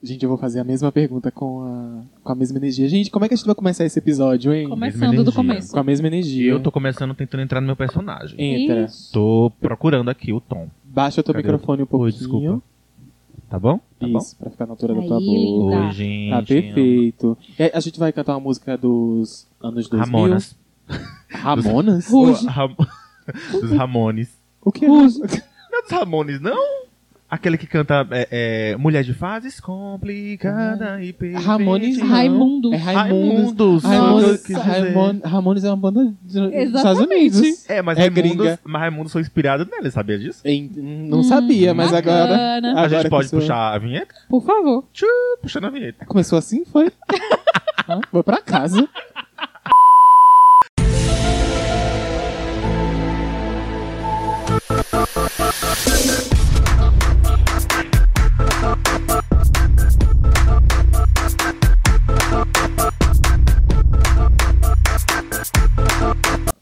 Gente, eu vou fazer a mesma pergunta com a, com a mesma energia. Gente, como é que a gente vai começar esse episódio, hein? Começando do energia. começo. Com a mesma energia. Eu tô começando tentando entrar no meu personagem. Entra. Ixi. Tô procurando aqui o tom, Baixa o teu Cadê? microfone um pouquinho. Oi, desculpa. tá bom? Tá bom? Isso, pra ficar na altura da Aí, tua boca. linda. Oi, gente. Tá perfeito. E a gente vai cantar uma música dos anos 2000. Ramonas. Ramonas? Ruge. Ram- Dos Ramones. O que é? Ruge. Não é dos Ramones, não? Aquele que canta é, é, Mulher de Fases Complicada e Perfeita. Ramones tá? não. Raimundos. É Raimundos. Raimundos. Raimundos, Quis dizer. Raimon- Ramones é uma banda dos Estados Exatamente. Unidos. É, mas, É Raimundos, gringa. mas Raimundos foi inspirado nele, sabia disso? Em- não Hum, sabia, mas agora, bacana. agora. a gente pode começou- puxar a vinheta? Por favor. Puxando a vinheta. Começou assim, foi? Hã? Vou pra casa.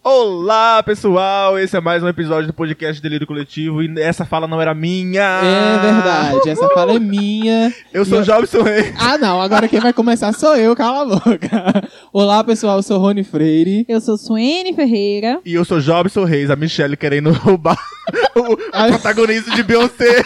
Olá, pessoal! Esse é mais um episódio do podcast Delírio Coletivo e essa fala não era minha! É verdade, essa fala é minha. Eu sou E- Jobson Reis. Ah, não, agora quem vai começar sou eu, cala a boca. Olá, pessoal, eu sou Rony Freire. Eu sou Suene Ferreira. E eu sou Jobson Reis, a Michelle querendo roubar o, o Ai. protagonista de Beyoncé.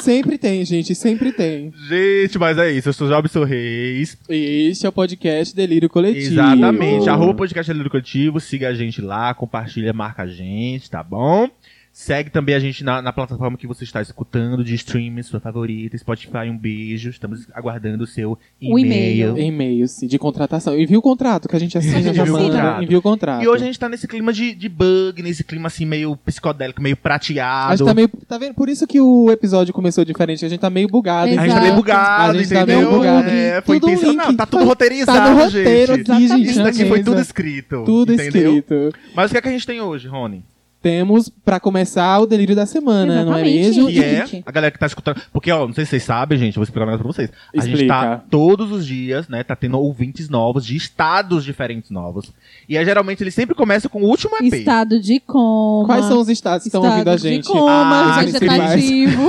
Sempre tem, gente, sempre tem. Gente, mas é isso, eu sou Jobson Reis. E este é o podcast Delírio Coletivo. Exatamente. Arroba o podcast Delírio Coletivo, siga a gente lá, compartilha, marca a gente, tá bom? Segue também a gente na, na plataforma que você está escutando, de streaming, sua favorita, Spotify, um beijo. Estamos aguardando o seu O e-mail. e-mail. E-mail, sim, de contratação. Envia o contrato que a gente assina, Envia já o manda. contrato. Envia o contrato. E hoje a gente tá nesse clima de, de bug, nesse clima assim meio psicodélico, A meio gente prateado. tá meio. Tá vendo? Por isso que o episódio começou diferente. A gente tá meio bugado. A gente entendeu? tá meio bugado, A gente tá meio entendeu? bugado. É, foi Tudo intencional, link, tá tudo foi- roteirizado, Tá no roteiro gente. aqui, gente. Isso daqui foi tudo Exatamente. escrito. Tudo entendeu? escrito. Mas o que é que a gente tem hoje, Rony? Temos, pra começar, o delírio da semana, não é Exatamente. mesmo? Que é gente. a galera que tá escutando. Porque, ó, não sei se vocês sabem, gente, eu vou explicar um negócio pra vocês. A gente tá Explica. todos os dias, né? Tá tendo ouvintes novos, de estados diferentes novos. E aí, geralmente, eles sempre começam com o último EP. Estado de coma. Quais são os estados que estão Estado ouvindo a de gente? coma, Ah, vegetativo.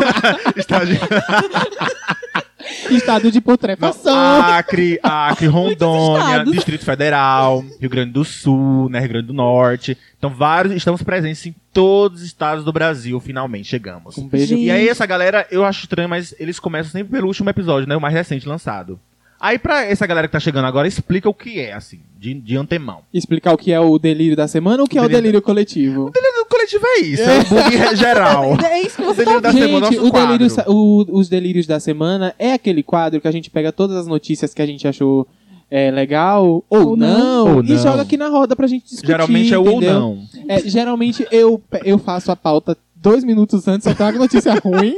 Estágio- Estado de Não, ah, putrefação. Acre, Acre, Rondônia, estados. Distrito Federal, Rio Grande do Sul, né, Rio Grande do Norte. Então, vários estamos presentes em todos os estados do Brasil, finalmente chegamos. Um beijo. Gente. E aí, essa galera, eu acho estranho, mas eles começam sempre pelo último episódio, né? O mais recente lançado. Aí, pra essa galera que tá chegando agora, explica o que é, assim, de, de antemão. Explicar o que é o delírio da semana ou o que é o Delírio- delírio coletivo? O coletivo é isso, é um bug geral. É isso que O você delírio da semana, Gente, nosso o delírio, quadro. sa- o- os delírios da semana é aquele quadro que a gente pega todas as notícias que a gente achou é, legal ou, Ou não, não. Ou e não. joga aqui na roda pra gente discutir. Geralmente é o ou entendeu? não. É, geralmente eu, pe- eu faço a pauta dois minutos antes, eu trago notícia ruim,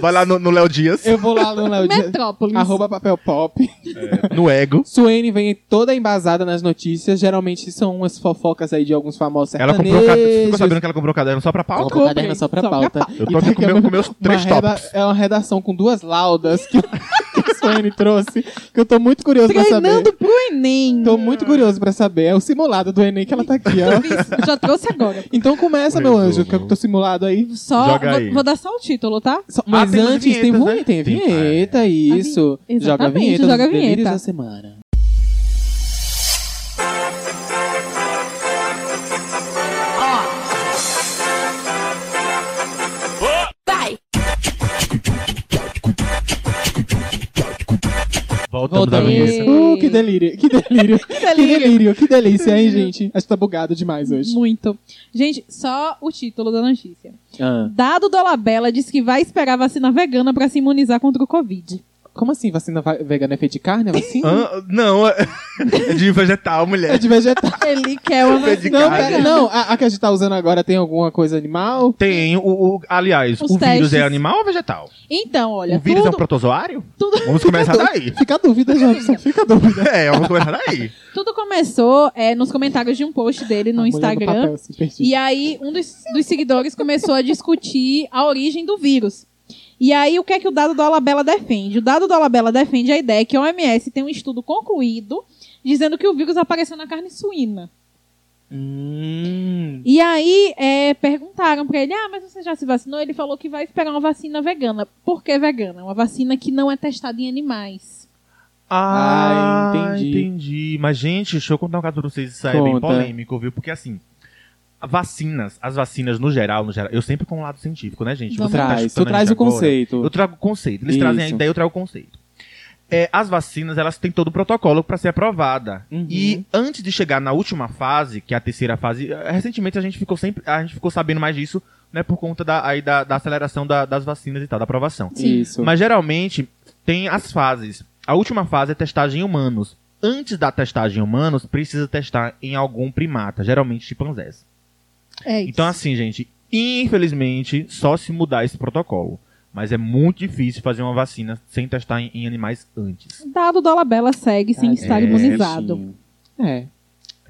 Vai lá no no Léo Dias, eu vou lá no Léo Dias, Metrópolis. arroba papel pop. no Ego. Suene vem toda embasada nas notícias, geralmente são umas fofocas aí de alguns famosos Ela sertanejos. comprou um caderno. Ficou sabendo que ela comprou um caderno só pra pauta? Comprou um Comprei, caderno só pra só pra pauta. Eu E tô aqui daqui com, a meu, pouco- com meus Uma três reda- tops. É uma redação com duas laudas que, que a Suene trouxe, que eu tô muito curioso pra saber. Treinando pro Enem. Tô muito curioso pra saber. É o simulado do Enem que ela tá aqui, ó. Isso, Já trouxe agora. Então começa, meu Resumo. anjo, que eu tô simulado aí. Só Joga vou, aí. vou dar só o título, tá? Só- mas Ah, tem umas antes tem, vinhetas, vinheta, né? tem Tem- vinheta, isso. vinheta. Joga a Exatamente, vinheta, joga joga a vinheta. da semana. Voltamos Volta da aí. vinheta. Uh, que delírio, que delírio, que delírio. delírio, que delícia, hein, gente? Acho que tá bugado demais hoje. Muito. Gente, só o título da notícia. Ah. Dado Dolabella diz que vai esperar vacina vegana pra se imunizar contra o Covid. Como assim? Vacina va- vegana é feita de carne? É vacina? Hã? não, é é de vegetal, É mulher. de vegetal. Ele quer uma Verde vacina Não, carne. pera, vegana. não, a, a que a gente tá usando agora tem alguma coisa animal? Tem o, o- aliás, Os o vírus testes. é animal ou vegetal? Então, olha, o vírus é um tudo, protozoário? tudo- Vamos começar daí. Fica a dúvida, Jobson, fica a dúvida. É, vamos começar daí. tudo começou é, nos comentários de um post dele no A mulher Instagram. papel, assim, perdi. E aí, um dos, dos seguidores começou a discutir a origem do vírus. E aí, o que é que o dado do Alabella defende? O dado do Alabella defende a ideia que a OMS tem um estudo concluído dizendo que o vírus apareceu na carne suína. Hum. E aí é, perguntaram pra ele: ah, mas você já se vacinou? Ele falou que vai esperar uma vacina vegana. Por que vegana? Uma vacina que não é testada em animais. Ah, Ah, entendi. entendi. Mas, gente, deixa eu contar um caso pra vocês, isso aí é bem Conta. polêmico, viu? Porque, assim, vacinas, as vacinas no geral, no geral, eu sempre com o lado científico, né, gente? Vamos. que tá Traz, tu escutando a traz o gente agora, conceito. Eu trago o conceito. Eles trazem a Isso. ideia, eu trago o conceito. É, as vacinas, elas têm todo o protocolo pra ser aprovada. Uhum. E antes de chegar na última fase, que é a terceira fase, eh, recentemente a gente ficou sempre, a gente ficou sabendo mais disso, né, por conta da, aí da, da aceleração da- das vacinas e tal, da aprovação. Sim. Isso. Mas geralmente tem as fases. A última fase é testagem em humanos. Antes da testagem em humanos, precisa testar em algum primata, geralmente chimpanzés. É isso. Então, assim, gente, infelizmente, só se mudar esse protocolo. Mas é muito difícil fazer uma vacina sem testar em, em animais assim, antes. Dado Dolabella segue sem Ai, estar é, imunizado. bichinho. É.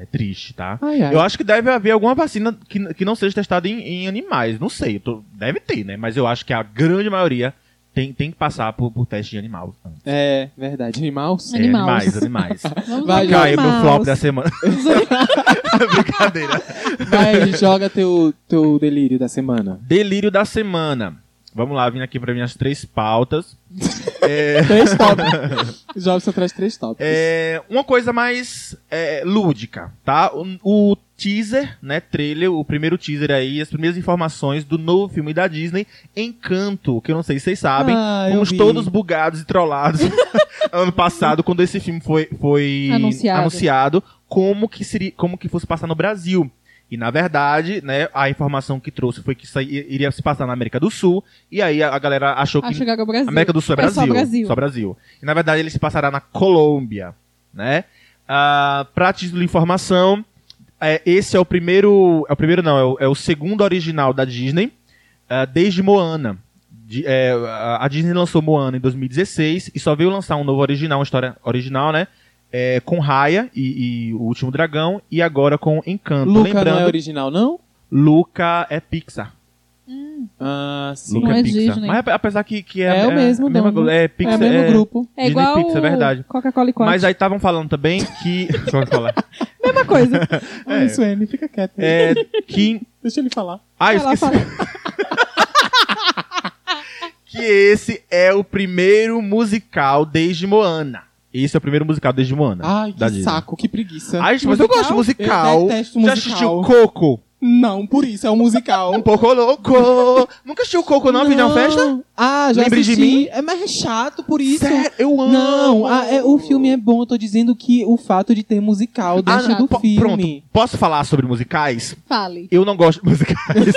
É triste, tá? Ai, ai. Eu acho que deve haver alguma vacina que, que não seja testada em, em animais. Não sei, eu tô- deve ter, né? Mas eu acho que a grande maioria tem, tem que passar por, por teste de animal. antes. É, verdade. Animals? É, Animais. animais, animais. Vamos Vai, lá, Caio, Caiu Klaus. meu flop da semana. Brincadeira. Vai, joga teu, teu delírio da semana. Delírio da semana. Vamos lá, vim aqui para minhas três pautas. Três tópicos. Joga só traz três tópicos. É, uma coisa mais é, lúdica, tá? O, o teaser, né? Trailer, o primeiro teaser aí, as primeiras informações do novo filme da Disney, Encanto, que eu não sei se vocês sabem. Ah, eu fomos vi. todos bugados e trollados ano passado, quando esse filme foi, foi Anunciado. anunciado, como que, seria, como que fosse passar no Brasil. E na verdade, né, a informação que trouxe foi que isso aí iria se passar na América do Sul, e aí a a galera achou que Acho que é o Brasil. América do Sul é Foi só Brasil. Brasil. Só Brasil. E, na verdade, ele se passará na Colômbia, né? Ah, pra título de informação, é, esse é o primeiro... É o primeiro, não. É o, é o segundo original da Disney, ah, desde Moana. De- é, a- a Disney lançou Moana em 2016 e só veio lançar um novo original, uma história original, né? É, com Raya e, e O Último Dragão e agora com Encanto. Luca não é Lembrando, original, não? Luca é Pixar. Ah, sim. Luca Não é, é Pixar. Disney. Mas apesar que, que é, É o mesmo a mesma dono. coisa, É, Pixar, é o mesmo é- grupo. É Disney igual Pix, é verdade. Coca-Cola e Coca. Mas aí estavam falando também que. Como é que fala? Mesma coisa. Olha, Suene, fica quieto. É, que. Deixa ele falar. Ah, eu Vai lá, esqueci. fala. Que esse é o primeiro musical desde Moana. Esse é o primeiro musical desde Moana. Ai, que da Disney. saco, que preguiça. Ai, gente, mas eu gosto de musical. Eu detesto Já musical. assistiu Coco? Não, por isso, é um musical. Um pouco louco. Nunca assistiu Coco, não? Fiz uma festa? Ah, já Lembre de assisti. mim? É mais chato por isso. Sério, eu amo. Não, ah, é, o filme é bom, eu tô dizendo que o fato de ter musical dentro Ah, do po- filme. Pronto, posso falar sobre musicais? Fale. Eu não gosto de musicais.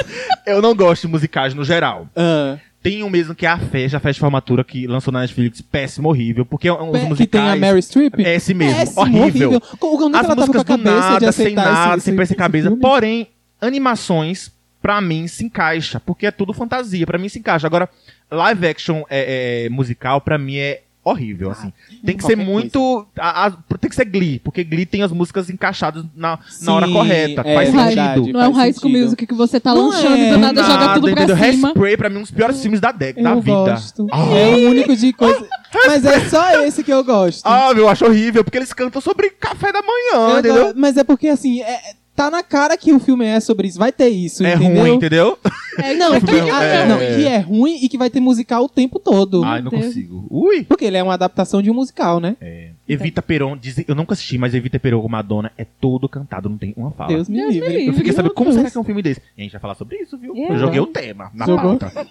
eu não gosto de musicais no geral. Ah, Tem um mesmo que é a Festa, a Festa de Formatura, que lançou na Netflix, péssimo, horrível, porque é um dos pe- musicais... que tem a Mary Streep? É esse mesmo, Péssimo, horrível. Co- Onde é que As ela tava com músicas a do cabeça de nada, aceitar sem nada, esse, sem pé esse sem cabeça. filme? Porém, animações, pra mim, se encaixa, porque é tudo fantasia, pra mim se encaixa. Agora, live action é, é, musical, pra mim é horrível, assim. Tem que ser Ah, qualquer muito... a- a- tem que ser Glee, porque Glee tem as músicas encaixadas na, na hora Sim, correta, é faz verdade. sentido. Não é um faz High School sentido. Music que você tá Não lanchando é. do nada, joga tudo pra entendeu? cima. Hairspray, pra mim, é um dos piores filmes da, década, da Eu vida. Ah. gosto. É o único de coisa. Mas é só esse que eu gosto. Ah, eu acho horrível, porque eles cantam sobre café da manhã, Eu entendeu? go- Mas é porque assim, é- tá na cara que o filme é sobre isso. Vai ter isso, É entendeu? ruim, entendeu? É, Não, é que, Não, ah, é. Ah. não, que é ruim e que vai ter musical o tempo todo. Ai, não Deus. consigo. Ui! Porque ele é uma adaptação de um musical, né? É. Evita Peron, dizem, eu nunca assisti, mas Evita Peron com Madonna é todo cantado, não tem uma fala. Deus me Deus me livre. livre. Eu fiquei Meu sabendo como Deus. será que é um filme desse. E a gente vai falar sobre isso, viu? Yeah. Eu joguei o tema na Jogou? Então, né?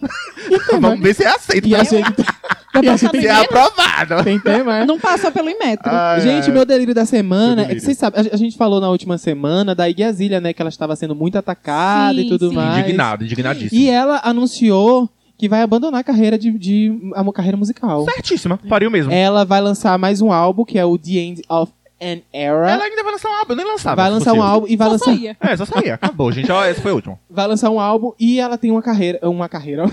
pauta. Vamos ver se é aceito. E achei que Vai passar Se é pelo- aprovado. tem tema, é? Não passa pelo Inmetro. Ai, Gente, ai. meu delírio da semana Seu é que vocês sabem, a- a gente falou na última semana da Iggy Azalea, né, que ela estava sendo muito atacada Sim, e tudo sim. mais. Indignado, indignadíssimo. E é ela anunciou que vai abandonar a carreira de, de a carreira musical. Certíssima, faria o mesmo. Ela vai lançar mais um álbum que é o The End of an Era. Ela ainda vai lançar um álbum, eu nem lançava. vai se lançar um possível. álbum e vai Só lançar, saía. É, só saía. Acabou, gente. Ó, esse foi o último. vai lançar um álbum e ela tem uma carreira, uma carreira.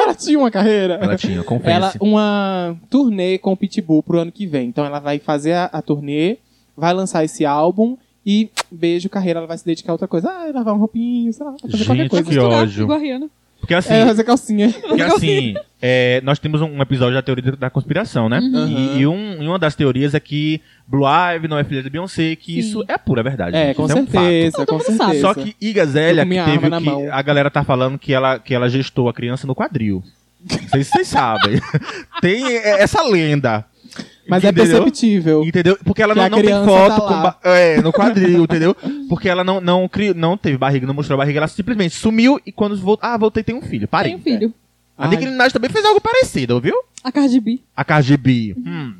ela tinha uma carreira. Ela tinha, confesse. Ela uma turnê com o Pitbull pro ano que vem. Então ela vai fazer a, a turnê, vai lançar esse álbum e beijo carreira, ela vai se dedicar a outra coisa. Ah, lavar um roupinho, sei lá, vai fazer qualquer Gente, coisa. que Misturar ódio. com Guarriana. Porque assim, É, essa calcinha. porque, assim é, nós temos um episódio da teoria da conspiração, né? Uhum. E, e um- e uma das teorias é que Blue Ivy não é filha de Beyoncé, que Sim. isso é pura verdade. É, gente, com isso um fato. certeza, Não, com todo mundo sabe. certeza. Só que Igazélia, Eu com que minha teve arma o na que mão. a galera tá falando que ela, que ela gestou a criança no quadril. Não sei se vocês sabem. Tem e- essa lenda. Mas é entendeu? perceptível. Entendeu? Porque ela Que não, a não tem criança foto tá com lá. ba- é, no quadril, entendeu? Porque ela não, não, cri... não teve barriga, não mostrou a barriga, ela simplesmente sumiu e quando voltou. Ah, voltei, tem um filho. Parei. Tem um filho. A Nicki Ai, Minaj também fez algo parecido, viu? A Cardi B. A Cardi B. Hum.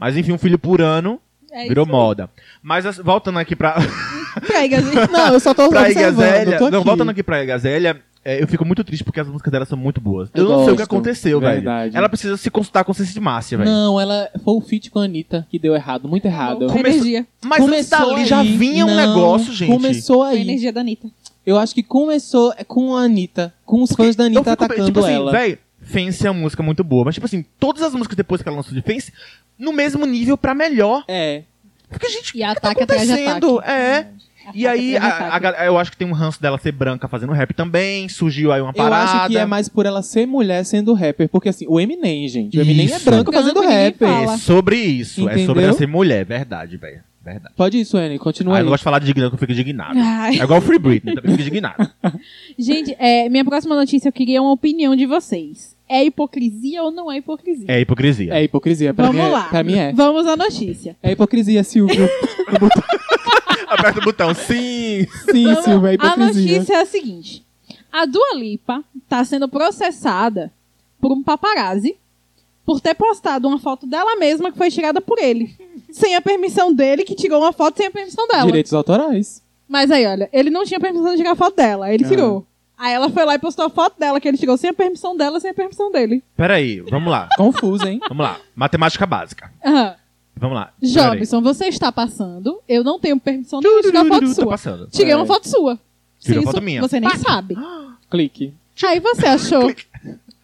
Mas enfim, um filho por ano É virou isso. moda. Mas as- voltando aqui pra, Pega, gente. Não, eu só tô pra observando. Igazélia. eu tô Não, aqui. voltando aqui pra Igazélia. É, eu fico muito triste porque as músicas dela são muito boas. Eu, Eu não sei o que gosto. aconteceu, Verdade. velho. Ela precisa se consultar com o Ceci de Márcia, velho. Não, ela foi o feat com a Anitta que deu errado, muito errado. Foi a energia. Mas antes dali já aí- vinha um não, negócio, gente. Começou Foi a aí. energia da Anitta. Eu acho que começou com a Anitta, com os fãs da Eu Anitta fico bem- atacando tipo assim, ela. Véi, Fence é uma música muito boa. Mas, tipo assim, todas as músicas depois que ela lançou de Fence, no mesmo nível pra melhor. é, Porque, gente, E o que tá ataque atrás de acontecendo? ataque. É. E Ataque aí, atrás de a- a ataque. gal- eu acho que tem um ranço dela ser branca fazendo rap também. Surgiu aí uma eu parada. acho que é mais por ela ser mulher sendo rapper, porque assim, o Eminem, gente, o Eminem é Isso. branco Branco, fazendo ninguém rapper. fala. É sobre isso. É sobre Entendeu? é ela ser mulher. Verdade, velho. Verdade. Pode ir, Suene, Ah, continua eu aí. não gosto de falar de indignado, que eu fico indignado. Ai. É igual o Free Britney, também fico indignado. Gente, é, minha próxima notícia eu queria uma opinião de vocês. É hipocrisia ou não é hipocrisia? É hipocrisia. É hipocrisia, pra Vamos mim é, lá. pra mim é. Vamos à notícia. É hipocrisia, Silvio. Aperta o botão. Sim! Sim, Vamos- Silvio, é a hipocrisia. notícia é a seguinte: a Dua Lipa tá sendo processada por um paparazzi por ter postado uma foto dela mesma que foi tirada por ele, sem a permissão dele, que tirou uma foto sem a permissão dela. Direitos autorais. Mas aí, olha, ele não tinha permissão de tirar a foto dela, ele Ah. tirou. Aí ela foi lá e postou a foto dela que ele tirou sem a permissão dela, sem a permissão dele. Peraí, vamos lá. Confuso, hein? Vamos lá. Matemática básica. Aham. Vamos lá. Peraí. Jobson, você está passando. Eu não tenho permissão de tirar foto Tá sua. passando. Tirei uma É. foto sua. Tirou Sim, foto isso minha. Você nem sabe. Clique. Aí você achou.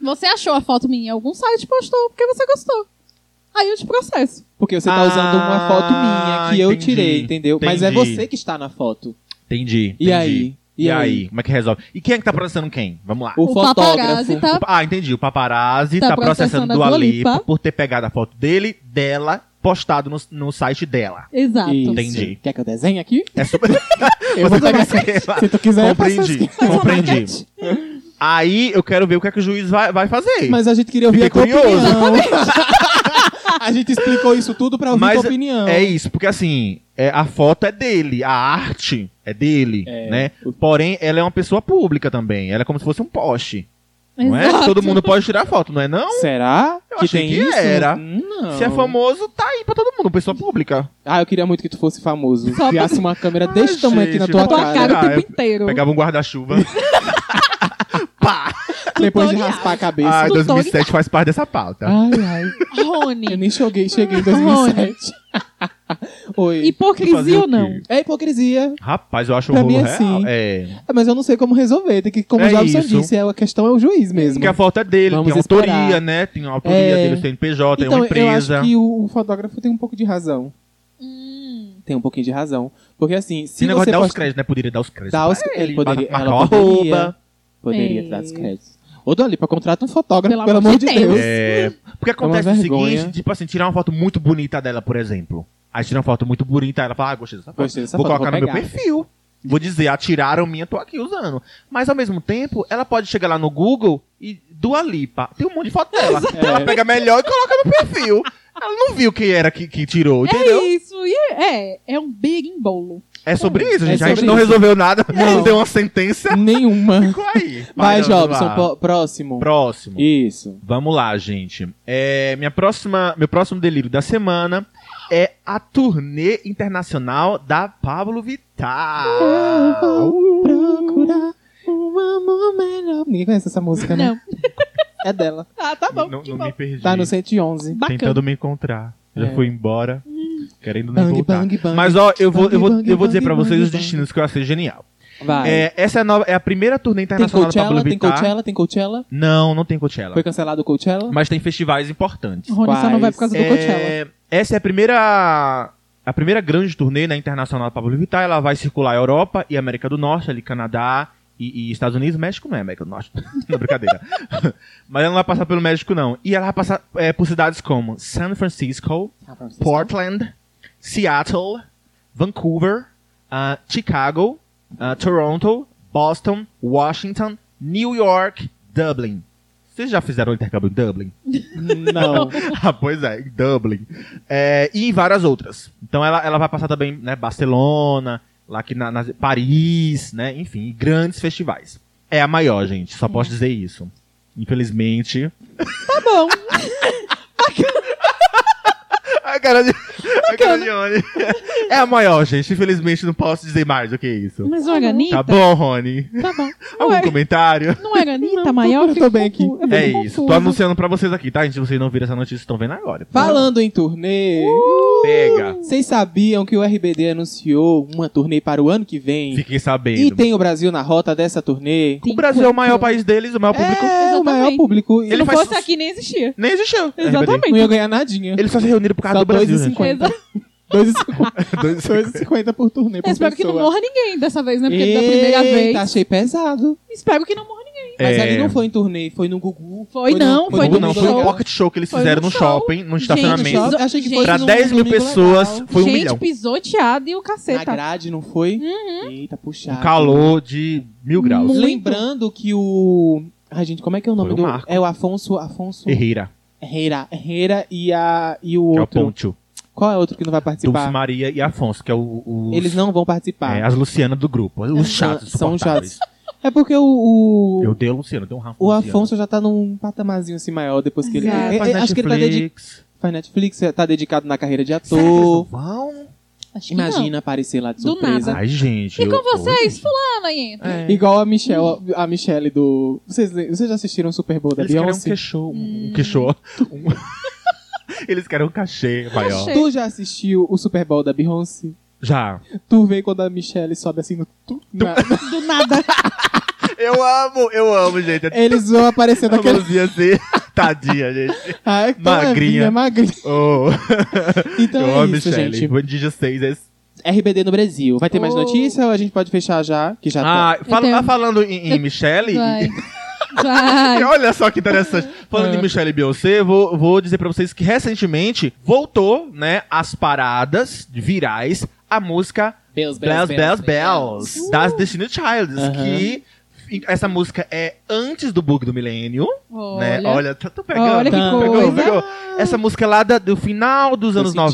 você achou a foto minha em algum site e postou porque você gostou. Aí eu te processo. Porque você tá Ah, usando uma foto minha que eu entendi, tirei, entendeu? Mas é entendi. você que está na foto. Entendi. E entendi. aí? E, aí? Como é que resolve? E quem é que tá processando quem? Vamos lá. O, paparazzi fotógrafo. tá. O- Ah, entendi. O paparazzi Tá tá, processando, processando a Dua Dua Lipa Lipa. por ter pegado a foto dele, dela, postado no, no site dela. Exato. Isso. Entendi. Quer que eu desenhe aqui? É super... Eu vou pegar. Você Se tu quiser, eu assim. passo Ah, Compreendi. aqui. Faz uma Compreendi. maquete. Aí eu quero ver o que é que o juiz vai, vai fazer. Mas a gente queria ouvir Fiquei a tua curioso. opinião. a gente explicou isso tudo pra ouvir a Mas tua opinião. é isso, porque assim, é, a foto é dele, a arte é dele, É. né? Porém, ela é uma pessoa pública também. Ela é como se fosse um poste. Não é? Exato. Todo mundo pode tirar foto, não é não? Será Eu que achei tem que isso? era. Não. Se é famoso, tá aí pra todo mundo, pessoa pública. Ah, eu queria muito que tu fosse famoso. Só pra- Criasse uma câmera desse Ai, tamanho aqui na Ah, gente, tua, Na tua cara cara, o eu tempo inteiro. Pegava um guarda-chuva. Pá! Depois de Tutorial. raspar a cabeça. Ai, tutorial. 2007 faz parte dessa pauta. Ai, ai. Eu Rony. nem cheguei, cheguei em Rony. 2007. Oi. Fazer Hipocrisia o ou não? quê? É hipocrisia. Rapaz, eu acho o Pra rolo mim é real. assim. É. Ah, Mas eu não sei como resolver. Tem que, como É o Jobson isso. disse, é, a questão é o juiz mesmo. Porque a foto é dele, Vamos tem autoria, esperar. né? Tem a autoria É. dele, o CNPJ, tem então, uma eu empresa. acho que o, o fotógrafo tem um pouco de razão. Hum, Tem um pouquinho de razão. Porque assim, Esse se negócio você de dar os posta- créditos, né? Poderia dar os créditos. é, Dá pra os- ele poderia- marcar ela uma poderia. arroba. Poderia É. dar os créditos. Ô, Dona Lipa, contrata um fotógrafo, Pelo pelo, amor amor de de Deus. Deus. É, porque acontece o vergonha. seguinte, tipo assim, tirar uma foto muito bonita dela, por exemplo. Aí tira uma foto muito bonita, ela fala, ah, gostei dessa foto. Gostei dessa vou foto, colocar vou no meu pegar. perfil. Vou dizer, ah, tiraram minha, tô aqui usando. Mas ao mesmo tempo, ela pode chegar lá no Google e Dua Lipa. Tem um monte de foto dela. Ela pega a melhor e coloca no perfil. Ela não viu quem era que, que tirou, entendeu? É isso. E é, é, é um berimbolo. É, sobre isso, gente. É a gente sobre não isso. resolveu nada, Não. não deu uma sentença. Nenhuma. Ficou aí. Vai, Mas vamos Jobson, lá. po- próximo. Próximo. Isso. Vamos lá, gente. É, minha próxima, meu próximo delírio da semana é a turnê internacional da Pablo Vittar. Procurar um amor melhor. Ninguém conhece essa música, né? Não. É dela. Ah, tá bom. Tá não não que bom. me perdi. Tá no 111. Bacana. Tentando me encontrar. Já É. fui embora, querendo não Bang, voltar. bang, bang. Mas ó, eu vou, eu vou, Bang, eu vou bang, dizer pra bang, vocês os bang. destinos que eu achei genial. Vai. É, essa é a, nova, é a primeira turnê tem internacional da Pablo Coachella, tem Vittar. Coachella, tem Coachella. Não, não tem Coachella. Foi cancelado o Coachella. Mas tem festivais importantes. Rony só não vai por causa do É, Coachella. Essa é a primeira né, a primeira grande turnê na internacional da Pablo Vittar. Ela vai circular a Europa e América do Norte, ali Canadá E, e Estados Unidos, México não é América do Norte. não, brincadeira. Mas ela não vai passar pelo México, não. E ela vai passar é, por cidades como San Francisco, Ah, Portland, Seattle, Vancouver, ah, Chicago, ah, Toronto, Boston, Washington, New York, Dublin. Vocês já fizeram intercâmbio em Dublin? Não. ah, pois é, em Dublin. É, e em várias outras. Então ela, ela vai passar também, né, Barcelona, lá aqui na, na- Paris, né, enfim, em grandes festivais. É a maior, gente, só posso dizer isso. Infelizmente. Tá bom. A cara de. A cara de Rony. É a maior, gente. Infelizmente não posso dizer mais do que é isso. Mas não era Anitta? Tá bom, Rony? Tá bom. Não Algum era, comentário? não era Anitta Não, maior? eu tô fico bem aqui. confu- eu fico É isso. Tô confusa. anunciando pra vocês aqui, tá, gente? Se vocês não viram essa notícia, estão vendo agora. Falando em turnê, Uh! Pega. vocês sabiam que o RBD anunciou uma turnê para o ano que vem? Fiquei sabendo. E tem o Brasil na rota dessa turnê? O Brasil é o maior país deles, o maior público. É, o maior Exatamente. público. E Se Ele não faz fosse sus- aqui, nem existia. Nem existiu. RBD. Não ia Exatamente. ganhar nadinha. Eles só se reuniram por causa É, Só do Brasil. dois e gente. cinquenta. Exa- Dois e cinquenta- Dois e cinquenta. dois e cinquenta por turnê. Eu Por espero que não pessoa. morra ninguém dessa vez, né? Porque da primeira Eita, vez. achei pesado. Espero que não morra ninguém. Mas É. ali não foi em turnê, foi no Gugu. Foi não, no- Foi foi no não, não, Gugu foi um Legal. pocket show que eles Foi fizeram num no show. shopping, num Gente, estacionamento. show. Só- Achei que foi pra num 10 mil domingo pessoas, legal. foi um Gente, milhão. pisoteado e o Na caceta. grade, não foi? Eita, puxado. Um calor de mil graus. Uhum. Muito. Lembrando que o... Ai, gente, como é que é o nome Foi o do... Marco. É o Afonso... Afonso... Herreira, Herrera. Herrera e, a... e o que é o outro. Pontio. Qual é o outro que não vai Dulce participar? Maria e Afonso, que é o. os- Eles não vão é, participar. as Luciana do grupo. Os chatos. São os insuportáveis. chatos. É porque o... o... Eu dei o Luciano, dei um Rafa. O Luciano. Afonso já tá num patamarzinho assim maior depois que ele. Exato. É, é, Faz acho que ele tá dedicado. Netflix. Faz Netflix, tá dedicado na carreira de Será que eles não ator. Vão. Acho que Imagina aparecer lá de Do surpresa. Ai, gente. não. E eu- com vocês, Oi. fulano aí Ah, entra. É. Igual a Michelle, a Michelle do. Vocês, le- vocês já assistiram o Super Bowl da Eles querem um Beyoncé? queixô. Hum. Um queixô. um- Eles querem um cachê maior. Cachê. Tu já assistiu o Super Bowl da Beyoncé? Já. Tu vê quando a Michelle sobe assim no. tu- na- Do nada. Eu amo, eu amo, gente. É eles vão aparecer tão naquele. mãozinha assim. Tadinha, gente. Ai, que maravilha, Magrinha. magrinha. Oh. Então eu amo é isso, Michelle. gente. Bandeja 6 é RBD no Brasil. Vai ter mais Oh. notícia ou a gente pode fechar já? Que já tá. Ah, fala- Então- ah, falando em, em Michelle. Vai. e- Vai. Olha só que interessante. Falando Ah. em Michelle e Beyoncé, vou, vou dizer pra vocês que recentemente voltou, né, as paradas virais a música Bells, Uh. Bells, Bells, Bells, das Destiny Childs, Aham. que essa música é antes do bug do milênio, né? Olha. Olha, tô, tô pegando, Olha que pegou, coisa. pegou. Essa música é lá da- do final dos Tô anos sentindo.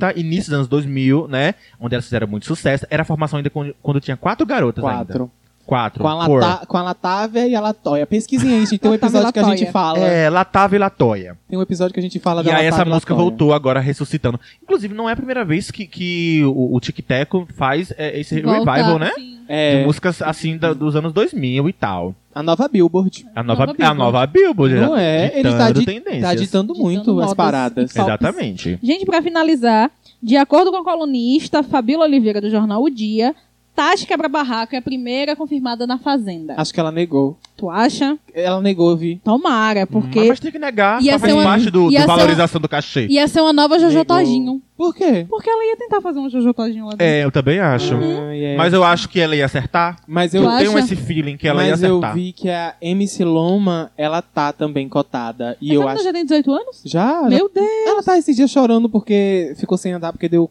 90, início dos anos 2000, né? Onde elas fizeram muito sucesso. Era a formação ainda quando, quando tinha quatro garotas ainda. Quatro. Quatro. Com a, four. Lata, com a Latávia e a Latoya. Pesquisem aí, gente. Tem um Latávia e episódio que a gente Latoya. fala. É, Latava e Latoia. Tem um episódio que a gente fala da E aí Latávia essa música Latoya. voltou agora ressuscitando. Inclusive, não é a primeira vez que, que o, o Tic Teco faz é, esse Volta, revival, né? sim. É, De músicas assim da- dos anos 2000 e tal. a nova Billboard. A nova, Nova a Billboard. nova Billboard. Não né? é? Ele Ditando tá, di- tendências. tá ditando muito Ditando as modas. paradas. É. Exato. Exatamente. Gente, pra finalizar, de acordo com a colunista Fabíola Oliveira do jornal O Dia, Tati Quebra-Barraco é a primeira confirmada na Fazenda. Acho que ela negou. Tu acha? Ela negou, vi. Tomara, Mas, porque mas tem que negar, Ia só faz ser uma- parte do, ia do ser uma- valorização do cachê. ia ser uma nova Jojo Negou. Todinho. Por quê? Porque ela ia tentar fazer um Jojo Todinho lá dentro. É, eu também acho. Uhum. Ah, yeah. Mas eu acho que ela ia acertar. Mas Eu eu, Hum. Tu acha? tenho esse feeling que ela ia mas eu acertar. vi que a MC Loma, ela tá também cotada. E Mas eu ela acho. já tem 18 anos? Já? Meu Deus. Ela tá esse dia chorando porque ficou sem andar, porque deu.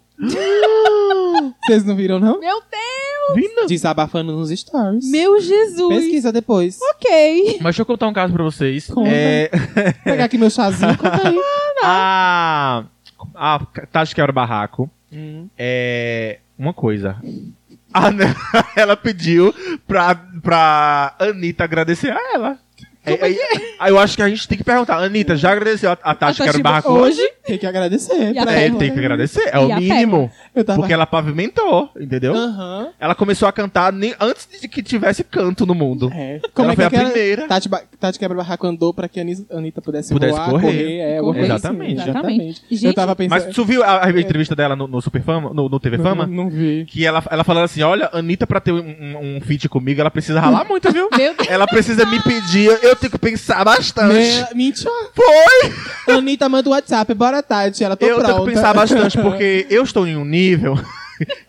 Vocês não viram, não? Meu Deus. Vi, não. Desabafando nos stories. Meu Jesus. Pesquisa depois. Ok. Mas deixa eu contar um caso pra vocês. Conta. É, Vou pegar aqui meu chazinho, conta aí. a, a Tati Quebra Barraco Hum. é uma coisa. A Ana- ela pediu pra, pra Anitta agradecer a ela. É, é- aí eu acho que a gente tem que perguntar. Anitta, já agradeceu a, a Tati Quebra Barraco hoje? Tem que agradecer. tá E a pra É, ela. tem que agradecer. É Né? E o a mínimo. Eu tava... Ah. Porque ela pavimentou, entendeu? Aham. Ela começou a cantar nem- antes de que tivesse canto no mundo. É. Como ela é que foi a aquela... primeira. Tati, ba... Tati Quebra-Barraco andou pra que a Anis- Anitta pudesse, Pudesse voar, correr. é, Correr. alguma coisa Exatamente. assim, Exatamente. Eu Gente, tava Mas pensando... tu viu a, a entrevista dela no, no Super Fama? No, no TV é. Não- Fama? Não, vi. Que ela, ela falando assim: olha, Anitta, pra ter um, um, um feat comigo, ela precisa ralar muito, viu? Meu Deus. Ela precisa me pedir, eu tenho que pensar bastante. Me... Mentira. Foi! Anitta manda o WhatsApp. Bora, Tati. Ela, tô eu pronta. tenho que pensar bastante, porque eu estou em um nível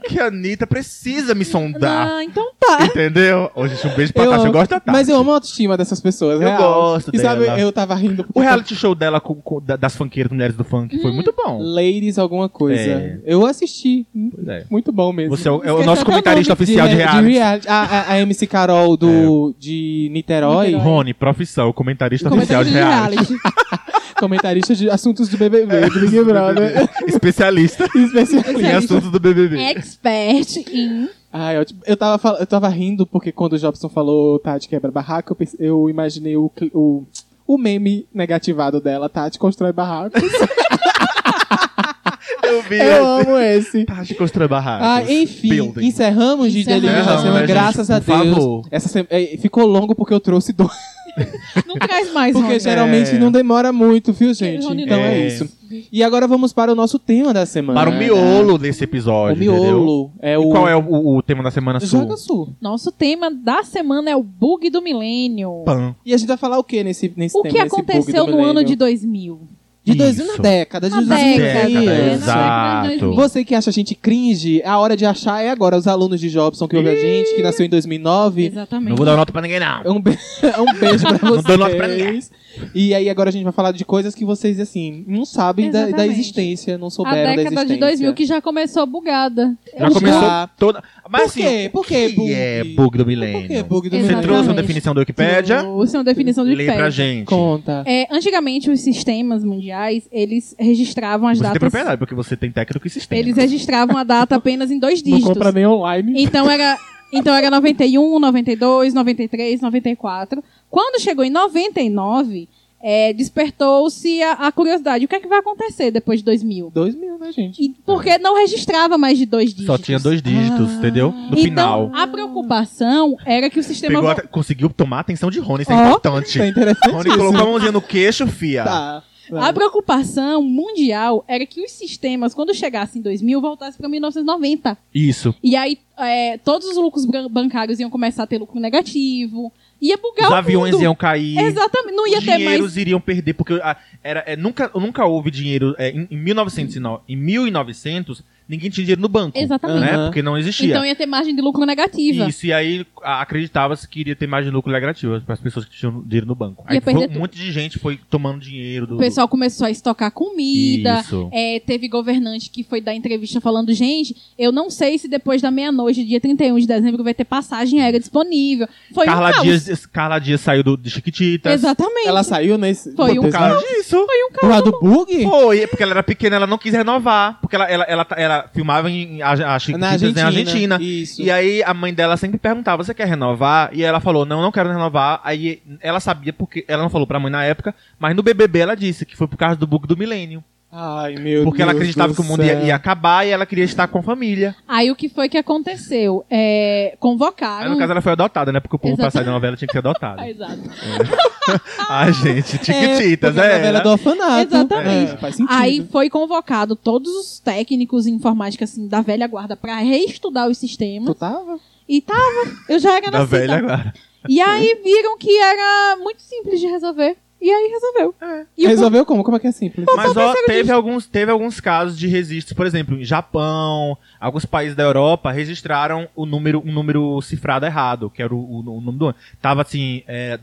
que a Anitta precisa me sondar. Ah, então tá. Entendeu? Ô, gente, um beijo pra Eu Tati. Eu amo. gosto da Tati. Mas eu amo a autoestima dessas pessoas, Eu real. gosto E sabe, dela. eu tava rindo. O reality show dela com- com- da- das funkeiras mulheres do funk foi muito bom. Ladies alguma coisa. É. Eu assisti. Pois é. Muito bom mesmo. Você é o, é o Esqueci nosso até o comentarista nome oficial de, reality. É. A, a- a MC Carol do, de Niterói, Niterói. Rony, profissão, comentarista oficial Comentário de de reality. reality. comentarista de assuntos do BBB, do Big Brother, Especialista especialista. em assuntos do BBB. É Expert em. Ai, eu, eu, tava, fal- eu tava rindo porque quando o Jobson falou Tati quebra barraco, eu, pense- eu imaginei o, cli- o, o meme negativado dela, Tati constrói barraco. Eu vi. eu amo esse. Tati constrói barracos. Ah, enfim, Building. encerramos de Encerramos. Delírio da Encerramos, semana, né, graças gente? a Por Deus. favor. Essa se- é, ficou longo porque eu trouxe dois, Não traz mais, porque Rony. geralmente É. não demora muito, viu, gente? Rony, Então é. É. isso. E agora vamos para o nosso tema da semana. É. Para o miolo desse é episódio, O miolo é o... entendeu? E qual é o, o- o tema da semana Joga sua? Sul. Nosso tema da semana é o bug do milênio. Pan. E a gente vai falar o que nesse, nesse O tema, que nesse bug do aconteceu no ano milênio? de 2000? De dois, na Isso. década, de Na 2000. década, Isso. né? Exato. Você Tipo, que acha a gente cringe, a hora de achar é agora. Os alunos de Jobson que ouvem a gente, que nasceu em 2009. Exatamente. Não vou dar nota pra ninguém, não. Um, be- um beijo pra Não dou nota pra vocês. E aí agora a gente vai falar de coisas que vocês, assim, não sabem da, da Exatamente. existência, não a souberam da década existência. de 2000 que já começou bugada. Já Já. começou toda. Por Mas quê? assim, Por quê, o que bug? é bug do milênio? Por que bug do Você milênio? Você trouxe uma Exatamente. definição da Wikipédia? Isso é uma definição de Lê pra pé. gente. Conta. É, antigamente, os sistemas mundiais, eles registravam as Você tem datas... propriedade, porque você tem técnico e sistema. Eles registravam a data apenas em dois Não dígitos. compra nem online. Então era, então era 91, 92, 93, 94. Quando chegou em 99, é, despertou-se a, a curiosidade. O que é que vai acontecer depois de 2000? 2000, né, gente? E porque não registrava mais de dois dígitos. É. Só tinha dois dígitos, Ah. entendeu? No então, final. a preocupação era que o sistema... Pegou vo- até- conseguiu tomar a atenção de Rony, isso é Ó. importante. Tá interessante Rony isso. colocou a mãozinha no queixo, fia. Tá. A preocupação mundial era que os sistemas, quando chegassem em 2000, voltassem para 1990. Isso. E aí, é, todos os lucros bran- bancários iam começar a ter lucro negativo. Ia bugar Os é o aviões mundo. iam cair. Exatamente. Não ia ter mais dinheiros iriam perder, porque ah, era, é, nunca, nunca houve dinheiro. é, em, em 1900, e no- em 1900, ninguém tinha dinheiro no banco. Exatamente. Né? Aham. Porque não existia. Então ia ter margem de lucro negativa. Isso, e aí a- acreditava-se que iria ter mais de lucro lucrativa para as pessoas que tinham dinheiro no banco. Aí Ia perder foi- um tudo. monte de gente foi tomando dinheiro do. O pessoal começou a estocar comida. Isso. É, teve governante que foi dar entrevista falando: gente, eu não sei se depois da meia-noite, dia 31 de dezembro, vai ter passagem aérea disponível. Foi um Carla, caos. Dias, Carla Dias saiu do, de Chiquititas. Exatamente. Ela saiu nesse... Foi um depois- Por causa disso. Por causa do bug? Foi, porque ela era pequena, ela não quis renovar. Porque ela, ela, ela, ela filmava em, a, a Chiquititas Na Argentina. na Argentina. Isso. E aí a mãe dela sempre perguntava, você quer renovar? E ela falou, não, não quero renovar. Aí ela sabia porque ela não falou pra mãe na época, mas no BBB ela disse que foi por causa do bug do milênio, Ai, meu porque Deus ela acreditava do que o mundo ia, céu. ia acabar e ela queria estar com a família. Aí o que foi que aconteceu? É, Aí convocaram. no caso ela foi adotada, né? Porque o povo pra Exato. sair da novela tinha que ser adotado. Ah, exato. Ai, gente, tiquititas, porque a é. novela do orfanato. Exatamente. É, faz sentido. Aí né? foi convocado todos os técnicos em informática assim, da velha guarda pra reestudar os sistemas. Tu tava? E tava, eu já era Da nascida. velha agora. E aí viram que era muito simples de resolver. E aí resolveu. E o Resolveu como? Como é que é simples? Mas ó, teve alguns, teve alguns casos de registros, por exemplo, em Japão, alguns países da Europa registraram o número, um número cifrado errado, que era o, o- o nome do ano. Tava assim, é,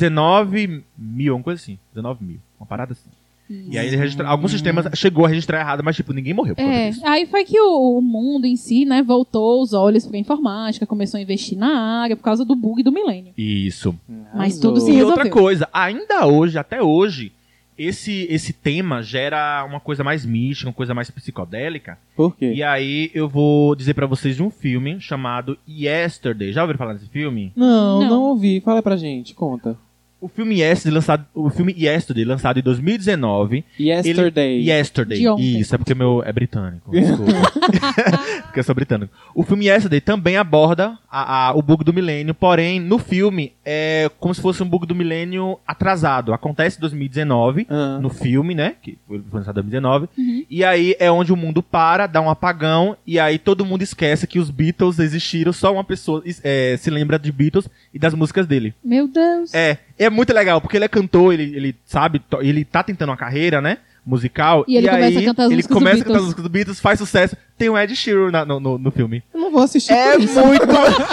19 mil, uma coisa assim, 19 mil, uma parada assim. E aí ele registra- alguns sistemas chegou a registrar errado, mas tipo, ninguém morreu por causa Hum. É, disso. aí foi que o, o mundo em si, né, voltou os olhos pra informática, começou a investir na área por causa do bug do milênio. Isso. Mas tudo se E resolveu. outra coisa, ainda hoje, até hoje, esse, esse tema gera uma coisa mais mística, uma coisa mais psicodélica, Por quê? E é- aí eu vou dizer pra vocês de um filme chamado Yesterday. Já ouviram falar desse filme? Não, não, Não. ouvi. Fala pra gente, conta. O filme Yesterday, lançado, o filme Yesterday, lançado em 2019. Yesterday. Yesterday. De ontem. Isso, é porque meu é britânico. Desculpa. porque eu sou britânico. O filme Yesterday também aborda a- a- o bug do milênio, porém, no filme é como se fosse um bug do milênio atrasado. Acontece em 2019, Ah. no filme, né? Que foi lançado em 2019. Uhum. E aí é onde o mundo para, dá um apagão, e aí todo mundo esquece que os Beatles existiram, só uma pessoa es- é, se lembra de Beatles e das músicas dele. Meu Deus. É, é muito legal, porque ele é cantor, ele, ele sabe, to- ele tá tentando uma carreira, né? Musical. E ele começa aí a cantar as ele músicas do começa a Beatles. cantar as músicas do Beatles, faz sucesso. Tem o Ed Sheeran na- no, no, no filme. Eu não vou assistir É por isso. muito.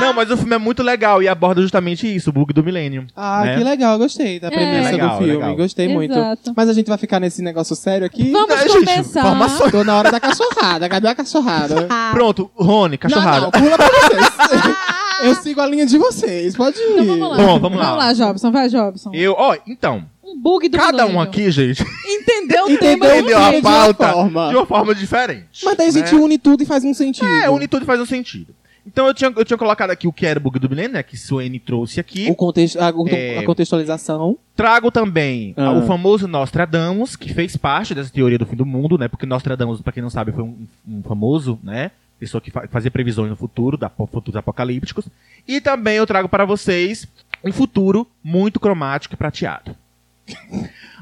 Não, mas o filme é muito legal e aborda justamente isso, o bug do milênio. Ah, né? É que legal, gostei da premissa legal, do filme. legal. Gostei É. Exato. muito. Mas a gente vai ficar nesse negócio sério aqui. Vamos Ah, gente, começar. formações. Tô na hora da cachorrada. Cadê a cachorrada? Ah, né? Pronto, Rony, cachorrada. Não, não, pula pra vocês. Eu sigo a linha de vocês, pode ir. então vamos lá. Bom, vamos lá. Vamos lá, Jobson. Vai, Jobson. Eu, ó, então, Um bug do cada um milênio. aqui, gente, Entendeu o tema? Entendeu? entendeu de a uma pauta forma. de uma forma diferente. né? Mas daí a gente une tudo e faz um sentido. É, une tudo e faz um sentido. Então eu tinha, eu tinha colocado aqui o que era o bug do milênio, né, que Suene trouxe aqui. o contexto, a, o- É. a contextualização. Trago também Ah. o famoso Nostradamus, que fez parte dessa teoria do fim do mundo, né? Porque Nostradamus, pra quem não sabe, foi um, um famoso, né? Pessoa que fa- fazia previsões no futuro, da, po- futuros apocalípticos. E também eu trago para vocês um futuro muito cromático e prateado.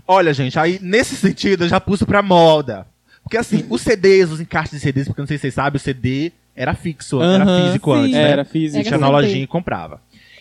Olha, gente, aí nesse sentido eu já puxo pra moda. Porque assim, os CDs, os encaixes de CDs, porque não sei se vocês sabem, o CD era fixo, era Aham, físico sim. antes, né? Era Você física. tinha na Era lojinha e comprava.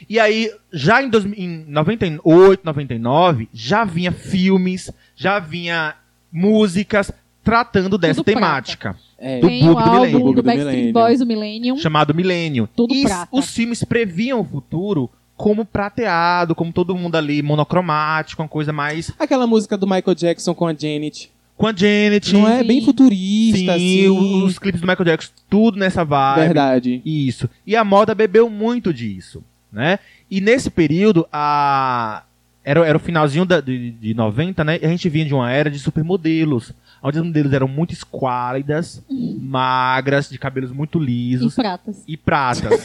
E aí, já em, 2000 em 98, 99, já vinha filmes, já vinha músicas tratando dessa prata. temática, É. Do Tem o bug do milênio. álbum Bug do do Backstreet milênio. Boys, o Millennium. chamado Milênio. Tudo e prata. os filmes previam o futuro como prateado, como todo mundo ali monocromático, uma coisa mais Aquela música do Michael Jackson com a Janet. com a Janet, Não é Sim. bem sim, futurista, assim. os clipes do Michael Jackson, tudo nessa vibe. Verdade. Isso. E a moda bebeu muito disso, né? E nesse período, a... era, era o finalzinho da- de, de 90, né? E a gente vinha de uma era de supermodelos. Onde as modelos eram muito esquálidas, magras, de cabelos muito E lisos pratas. e pratas.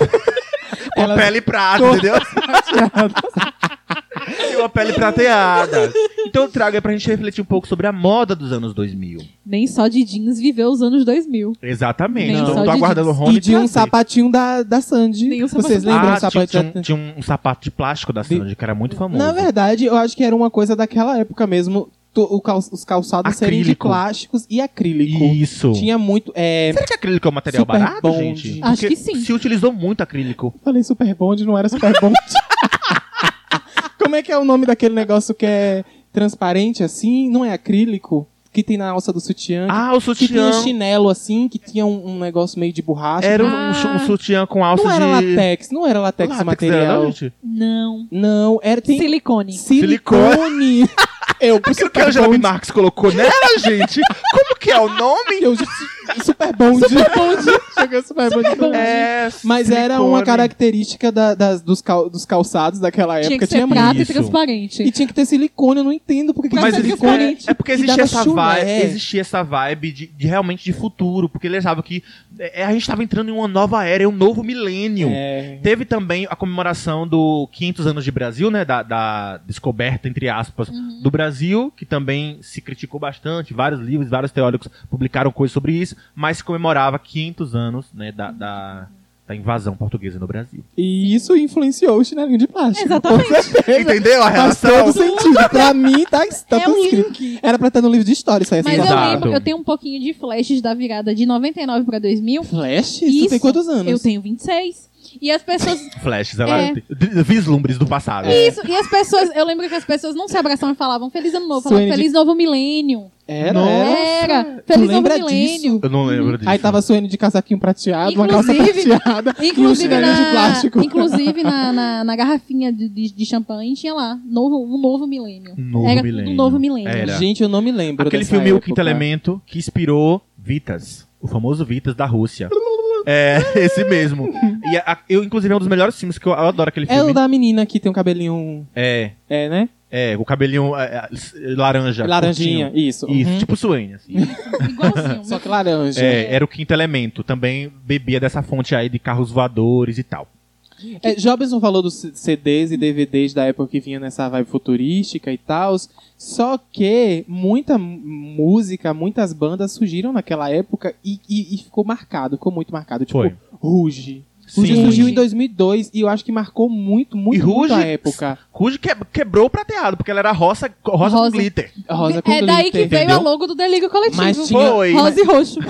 Com Elas- pele prata, entendeu? e uma pele prateada. Então eu trago aí pra gente refletir um pouco sobre a moda dos anos 2000. Nem só de jeans viveu os anos 2000. Exatamente. Nem então só eu de tô aguardando o jeans. Rony e de um trazer. sapatinho da, da Sandy. Nenhum Vocês sapatinho. lembram Ah, do tinha, sapatinho tinha da um, tinha um sapato de plástico da De- Sandy, que era muito famoso. Na verdade, eu acho que era uma coisa daquela época mesmo. to- o cal- os calçados serem de Acrílico. plásticos e acrílico. Isso. Tinha muito. É, Será que acrílico é um material Super barato, bond. gente? Acho Porque que sim. Se utilizou muito acrílico. falei super bonde, não era super bonde. Como é que é o nome daquele negócio que é transparente assim? Não é acrílico? Que tem na alça do sutiã? Ah, o que sutiã tinha chinelo assim, que tinha um, um negócio meio de borracha. era um, Ah. um chu- um sutiã com alça não era de latex, não era latex, esse material. Era, um gente? Não. Não, era tem Silicone. silicone. eu, por Aquilo que a super Angela bonde, Marques colocou nela, gente. Como que é o nome? eu, super bonde. Super bonde. Chegou super bonde. É, Mas era uma silicone. característica da- das- dos, cal- dos calçados daquela época. Tinha que ser muito. prata e isso. transparente. E tinha que ter silicone, eu não entendo porque que Mas tinha ele- silicone. é- É porque E existia dava essa, chulé. é. vibe, existia essa vibe de, de realmente de futuro, porque ele achava que é, a gente tava entrando em uma nova era, em um novo milênio. É. Teve também a comemoração do 500 anos de Brasil, né? Da, da descoberta, entre aspas, Uhum. do Brasil, que também se criticou bastante. Vários livros, vários teóricos publicaram coisas sobre isso, mas comemorava 500 anos né, da, da, da invasão portuguesa no Brasil. E isso influenciou o chinelinho de plástico. Exatamente. Com certeza. Entendeu a Faz todo relação? sentido. Pra mim, tá, tá É tudo um escrito. link. Era pra estar no livro de história isso aí. assim, Mas essa eu batata. Exato. lembro, eu tenho um pouquinho de flashes da virada de 99 pra 2000. Flash? Isso, tu tem quantos anos? Eu tenho 26. E as pessoas. Flashes, ela É. d- vislumbres do passado. Isso, e as pessoas. Eu lembro que as pessoas não se abraçavam e falavam Feliz Ano Novo, falavam Suene de- Feliz Novo Milênio. Era, Nossa. era. Era. Tu Feliz Novo lembra Milênio. disso? Eu não lembro disso. Aí tava suene de casaquinho prateado, uma Inclusive- calça prateada e um Inclusive, chinelinho de na, plástico. inclusive na, na, na garrafinha de, de, de champanhe tinha lá, novo, um novo milênio. Um novo Era milênio. um novo milênio. Era. Gente, eu não me lembro Aquele dessa filme O época. Quinto Elemento que inspirou Vitas, o famoso Vitas da Rússia. É, esse mesmo. E a- a- eu, inclusive, é um dos melhores filmes que eu, eu adoro aquele É filme. o da menina que tem um cabelinho... É, É, né? é, o cabelinho é, é, s- laranja. Laranjinha, curtinho. isso. Isso, Uhum. tipo Suene, assim. Igualzinho. Só que laranja. É, era o quinto elemento. Também bebia dessa fonte aí de carros voadores e tal. É, Jobson falou dos C- CDs e DVDs da época que vinha nessa vibe futurística e tal. Só que muita m- música, muitas bandas surgiram naquela época e, e- e ficou marcado, ficou muito marcado. Tipo, Foi. Ruge. Ruge Sim. surgiu em 2002 e eu acho que marcou muito, muito, E Ruge- muito a época. Ruge que, quebrou o prateado, porque ela era roça, roça, Rosa. com glitter. Rosa com é daí que glitter. veio a tipo, Entendeu? logo do delírio coletivo. Mas tinha- Foi. Rosa e roxo.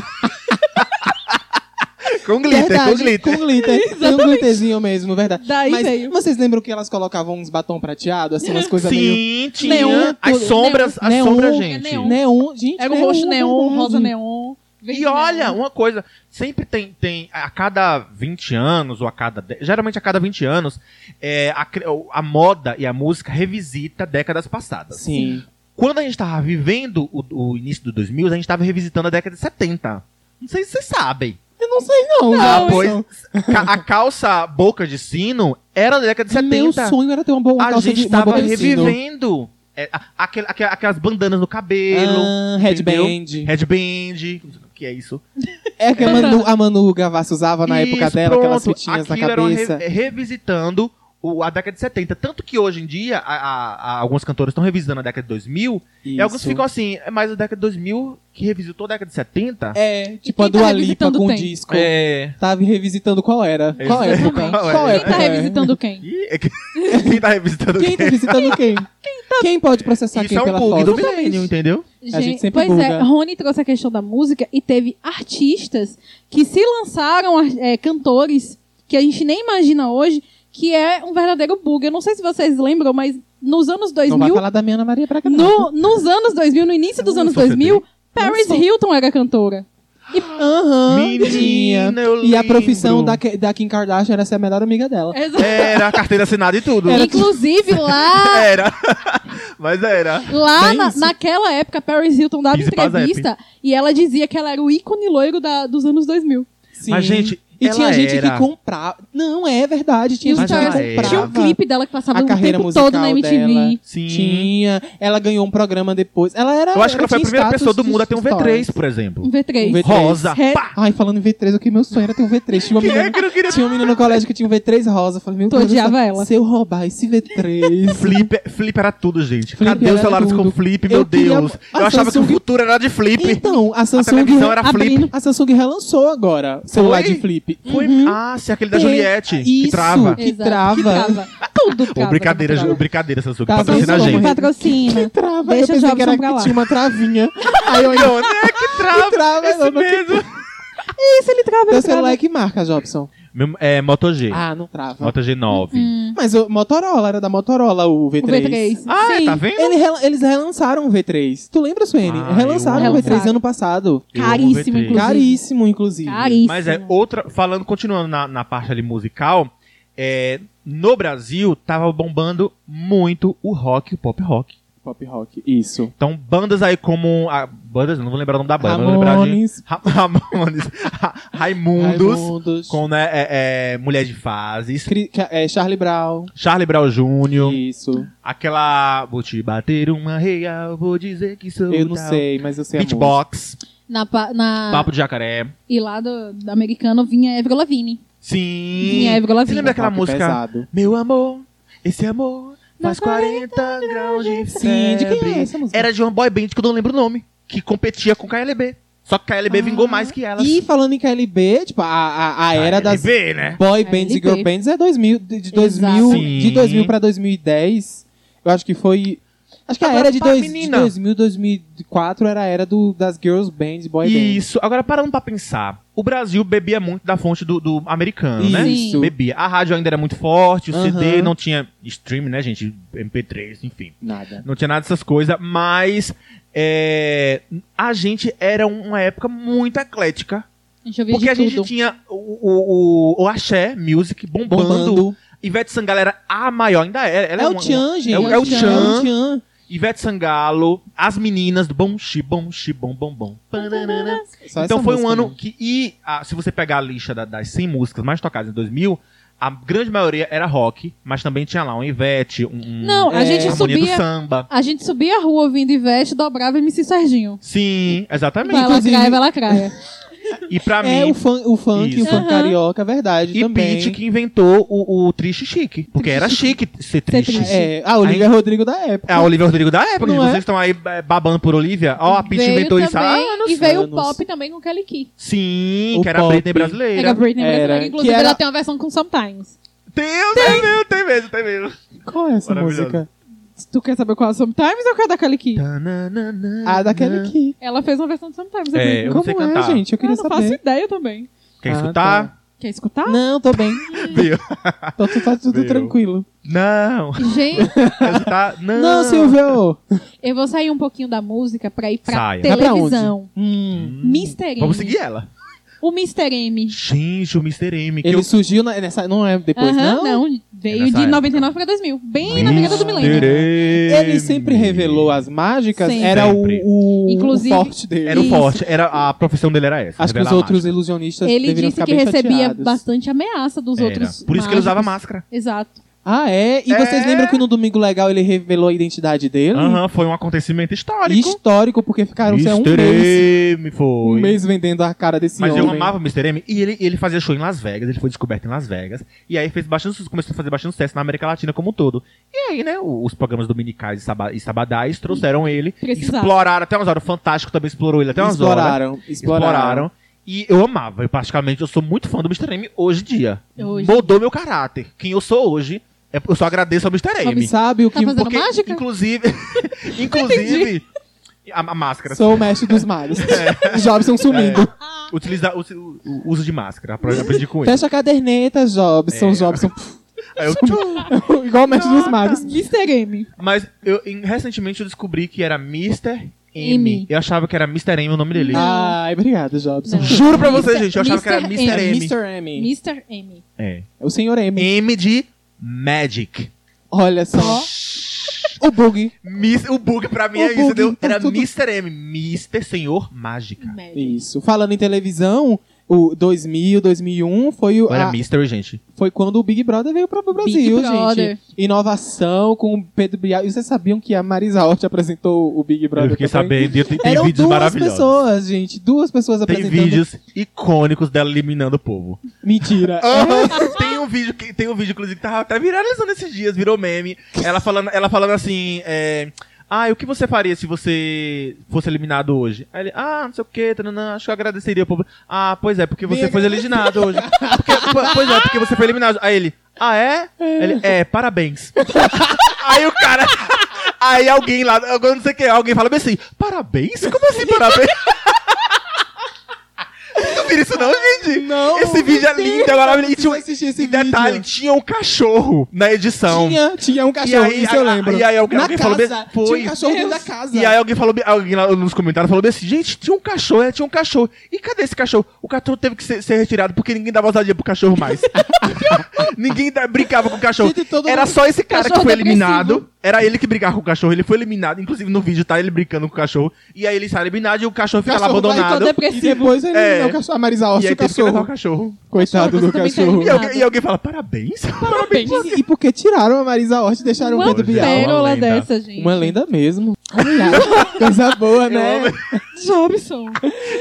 Com glitter, com Verdade, glitter. Com glitter. Tem um glitterzinho mesmo, verdade. Daí Mas veio. vocês lembram que elas colocavam uns batom prateado, assim, umas coisas meio... Sim, tinha. Neon, as tudo. sombras, as Neon, sombras, é gente. neon. Neon, gente, Era o roxo neon, verdade. rosa neon. E né? olha, uma coisa, sempre tem, tem a cada 20 anos, ou a cada. de- Geralmente a cada 20 anos, é, a, cri- a moda e a música revisita décadas passadas. Sim. Quando a gente tava vivendo o, o início do 2000, a gente tava revisitando a década de 70. Não sei se vocês sabem. Eu não sei não, Ah, já. pois, ca- a calça boca de sino era da década de 70. Meu um sonho era ter uma boa a calça de gente uma tava boca de sino. revivendo é, a- aquele- aquela- aquelas bandanas no cabelo, Ah, headband. headband, o que é isso? É que a Manu, a Manu Gavassi usava na época Isso, dela, aquelas pronto. fitinhas na Aquilo era uma re- cabeça. revisitando o- a década de 70. Tanto que hoje em dia, a- a- a- alguns cantores estão revisitando a década de 2000, e alguns Isso. ficam assim, "É, mas a década de 2000, que revisitou a década de 70... É, tipo quem a tá Dua Lipa revisitando com tem? disco. É. Tava revisitando qual era. Qual Exatamente. época? Qual Qual era? Quem época? tá é? revisitando quem? Ih, é que- Quem tá revisitando Quem tá revisitando quem? Quem pode processar Isso quem é um pela bug foto? do milênio, entendeu? A gente sempre pois é, buga. Rony trouxe a questão da música e teve artistas que se lançaram, ar- é, cantores que a gente nem imagina hoje, que é um verdadeiro bug. Eu não sei se vocês lembram, mas nos anos Não vai 2000, falar da minha Ana Maria Braga, não. no, nos anos 2000, no início dos Ela anos lançou CD? 2000, Paris Lançou. Hilton era cantora. Aham, tinha. Menina, eu E a profissão lembro. da, Ke- da Kim Kardashian era ser a melhor amiga dela. Era a carteira assinada e tudo. Inclusive lá, Era. Mas era. lá Bem na- isso. naquela época, Paris Hilton dava Pise Pazepe. entrevista e ela dizia que ela era o ícone loiro da- dos anos 2000. Sim. Mas, gente, E ela tinha gente era- que comprava. Não, é verdade. Tinha E os gente Charles- que ela Tinha comprava. um clipe dela que passava É. a o carreira tempo todo na musical MTV. dela. Sim. Tinha. Ela ganhou um programa depois. Ela era. Eu acho que ela foi a tinha primeira status pessoa do de mundo a ter um V3, stories. por Um exemplo. V3. Um V3. Rosa. Re- Pá! Ai, falando em V3, o que meu sonho era ter um V3. Tinha uma menina, que não queria tinha um menino no colégio que tinha um V3 rosa. Eu Falei, meu Tu Deus, do céu, odiava ela. se eu roubar esse V3. Flip, é, flip era tudo, gente. Flip Cadê os era celulares tudo. com flip, meu Eu queria- Deus? a Eu achava que o Samsung- futuro era de flip. então, a A Samsung. televisão era flip. abrindo. A Samsung relançou agora o celular Foi? de flip. Foi... Ah, se aquele da Tem. Juliette. Isso. Que trava. Que Exato. trava. Que trava. Tudo Pô, trava. brincadeira, Trava. Ju- brincadeira, Samsung. Tá, Patrocina a Samsung. gente. Patrocina. Trava. Deixa eu os pensei jogos que, era, pra que lá. tinha uma travinha. Aí eu olhei. Não, né? Que trava. Que trava, esse não, não- mesmo. Isso, ele trava, Teu ele trava. celular é que marca, Jobson. Meu- É, Moto G. Ah, não trava. Moto G9. Mas o Motorola era da Motorola, o O V3. V3. Ah, Sim. tá vendo? Ele rela- eles relançaram o V3. Tu lembra, Suene? Ah, relançaram eu o V3 amo. ano passado. Eu amo Caríssimo, V3. inclusive. um Caríssimo, inclusive. Caríssimo. Mas é outra. Falando, continuando na, na parte ali musical, é, no Brasil tava bombando muito o rock, e o pop rock. Pop rock, isso. Então, bandas aí como. a- bandas, não vou lembrar o nome da banda, vou lembrar de. Ramones, Ra- Ramones, Ra- Raimundos, Raimundos, com né, é, é, Mulher de Fases, Cri- Ca- é, Charlie Brown, Charlie Brown Jr., isso. aquela. Vou te bater uma real, vou dizer que sou. Eu não tal. sei, mas eu sei a música. Beatbox, Na, pa- na- Papo de Jacaré. E lá do, do americano vinha Avril Lavigne. Sim. Vinha Avril Hum. Você Lavigne. lembra aquela Rock música? pesado. Meu amor, esse amor faz Faz 40 graus de Sim, de quem é febre. essa música? Era de uma boy band que eu não lembro o nome, que competia com KLB. Só que Ah. KLB vingou mais que elas. E falando em KLB, tipo, a, a, a era das KLB, né? boy bands e LB. girl bands é 2000, de, de Exato. 2000, Sim. de 2000 pra 2010, eu acho que foi... Acho que a Agora era de, para a dois, de menina. 2000, 2004 era a era do, das girls bands, boy bands. Isso. Agora, parando pra pensar, o Brasil bebia muito da fonte do, do americano, né? Isso. Bebia. A rádio ainda era muito forte, o CD Aham. não tinha stream, né, gente? MP3, enfim. Nada. Não tinha nada dessas coisas, mas é, a gente era uma época muito eclética A gente ouvia Porque a de gente tudo. tinha o, o, o, o Axé Music bombando. Bombando. Ivete Sangalo era a maior, ainda é. Ela É uma- o Tchan, gente. é o- é o Tchan. É o Tchan. Ivete Sangalo, as meninas do Bom Chi, Bom Chi, Bom Bom Bom. Só essa Então foi um música, ano né? que. E ah, se você pegar a lista da- das 100 músicas mais tocadas em 2000, a grande maioria era rock, mas também tinha lá um Ivete, um. um Não, a É. gente Harmonia do subia... samba. A gente subia a rua ouvindo Ivete, dobrava MC Serginho. Sim, Vai exatamente. lá, Inclusive- craia, vai lá, craia. E pra É mim. o, fun, o funk, Isso. o funk Aham. carioca, é verdade E também. Pete que inventou o, o triste chique. Porque era chique ser triste. triste. É, a Olivia Rodrigo da época. É a Olivia Rodrigo da época, Não gente. é? vocês estão aí é, babando por Olivia. Ó, a Pitty Veio inventou isso. Ah, também, E veio o anos. pop também com Kelly Key. sim, O que era a pop. Britney Era a brasileira. Britney Era. brasileira. Inclusive, Que era- ela tem uma versão com Sometimes. Deus, tem mesmo, tem mesmo, tem mesmo. Qual é essa Maravilhoso. música? Tu quer saber qual é a Sometimes ou qual é da Kelly Key? A da Kelly Key. Ela fez uma versão de Sometimes. É, acredito. Uhum. eu não Como sei é, cantar. gente? Eu queria não faço saber. ideia também. Quer Ah, escutar? Quer escutar? Não, tô bem. Viu? Tô, tô- tá tudo Viu? tranquilo. Não! Gente, Você tá- Não, Não, Silvio! eu vou sair um pouquinho da música pra ir pra Saia. Vai pra televisão. Hum. Mr. M. Vamos seguir ela. O Mr. M. Gente, o Mr. M. Que Ele eu... surgiu na- nessa. Não é depois, Aham, não? É veio nessa de época. 99 pra 2000. Bem na é virada do milênio. Mr. M. Ele sempre revelou as mágicas, Sempre. era o, Sempre. o- o Inclusive- forte dele. Era o Isso. forte, era, a profissão dele era essa. Acho que os revelar outros mágica. ilusionistas Ele deveriam disse ficar que bem recebia chateados. bastante ameaça dos Era. outros. Por isso que ele usava mágicos. máscara. Exato. Ah, é? E vocês É. lembram que no Domingo Legal ele revelou a identidade dele? Aham, foi um acontecimento histórico. Histórico, porque ficaram sei lá, um Mr. mês, M um foi. mês vendendo a cara desse Mas homem. eu amava o Mr. M e ele, ele fazia show em Las Vegas, ele foi descoberto em Las Vegas, e aí fez bastante, sucesso- começou a fazer bastante sucesso na América Latina como um todo. E aí, né, o- os programas dominicais e, saba, e sabadais trouxeram ele, Precisava. exploraram até umas horas, o Fantástico também explorou ele até umas horas. né? exploraram, Exploraram. exploraram, E eu amava, eu praticamente eu sou muito fã do Mr. M hoje em dia. Hoje. Mudou meu caráter. Quem eu sou hoje, é, eu só agradeço ao Mr. M. Sabe o Tá que... fazendo- mágica? inclusive, inclusive a, a máscara. Sou o mestre dos males. É. Jobson sumindo. Utilizar, usi- o, o uso de máscara. Aprendi com ele. Fecha a caderneta, Jobson. É. Jobson. Aí eu- Igual o mestre dos magos. Mr. M. Mas eu, em- recentemente eu descobri que era Mr. M. M. Eu achava que era Mr. M o nome dele. Não. Ai, obrigado, Jobson. Não. Juro pra Mr. vocês, gente, eu achava que era Mr. Mr. É Mr. M. M. Mr. M. É. É o senhor M. M de Magic. Olha só. O bug. Mis- o bug pra mim O é isso, bug, entendeu? tá Era tudo- Mr. M. Mr. Senhor Mágica. Magic. Isso. Falando em televisão, o 2000, 2001 foi, o, Era a- Mr. gente. foi quando o Big Brother veio pro Brasil, Brother. gente. Inovação com o Pedro Bial. E vocês sabiam que a Marisa Hort apresentou o Big Brother Eu fiquei também? sabendo. e Tem, tem Eram vídeos duas maravilhosos. pessoas, gente. Duas pessoas Tem apresentando. vídeos icônicos dela eliminando o povo. Mentira. tem um vídeo, que- tem um vídeo, inclusive, que tava até viralizando esses dias, virou meme. Ela falando, ela falando assim, é, Ah, e o que você faria se você fosse eliminado hoje? Aí ele, ah, não sei o que, acho que eu agradeceria ao povo. Ah, pois é, porque você Vem foi eliminado hoje. Porque- po- pois é, porque você foi eliminado. Aí ele, ah, é? Ele, é, parabéns. Aí o cara. Aí alguém lá, eu não sei quem, alguém fala bem assim, parabéns? Como assim, parabéns? Vocês Não viram isso não, gente? Não, Esse vídeo é meu lindo, é Deus, maravilhoso. E eu tinha um- preciso assistir esse e detalhe, vídeo. é tinha um cachorro na edição. Tinha, tinha um cachorro, aí, isso eu a- a- lembro. e aí alguém- Na alguém casa. falou bem- foi. Tinha um cachorro dentro da casa. E aí alguém falou, alguém lá nos comentários falou bem assim, gente, tinha um cachorro, é, tinha um cachorro. E cadê esse cachorro? O cachorro teve que ser, ser retirado porque ninguém dava ousadia pro cachorro mais. ninguém da- brincava com o cachorro. Gente, todo Era mundo- só esse cara que Cachorro foi depressivo. eliminado. Era ele que brigava com o cachorro, ele foi eliminado. Inclusive no vídeo tá ele brincando com o cachorro. E aí ele sai eliminado e o cachorro O fica lá cachorro vai abandonado. todo depressivo. E depois ele É. é. o cachorro, a Marisa Hort E e aí o teve que levar o cachorro. cachorro. Coitado Você do também tá cachorro. E alguém, Nada. e alguém fala, parabéns? Parabéns. E, e por que tiraram a Marisa Hort e deixaram o Uma Pedro Bial? pera- Uma pérola lenda. dessa, gente. Uma lenda mesmo. Olha, coisa boa, né? amo Jobson.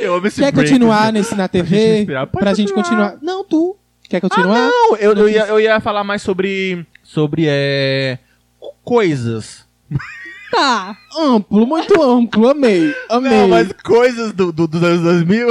Eu amo esse Quer break, continuar assim. nesse na gente TV? inspirar. Pode pra gente continuar. Não, tu. Ah, Quer continuar? Ah, Não, eu, eu, ia, eu ia falar mais sobre. Sobre. É, coisas. Tá. Amplo, muito amplo. Amei. Amei. Não, mas coisas do, do- dos anos 2000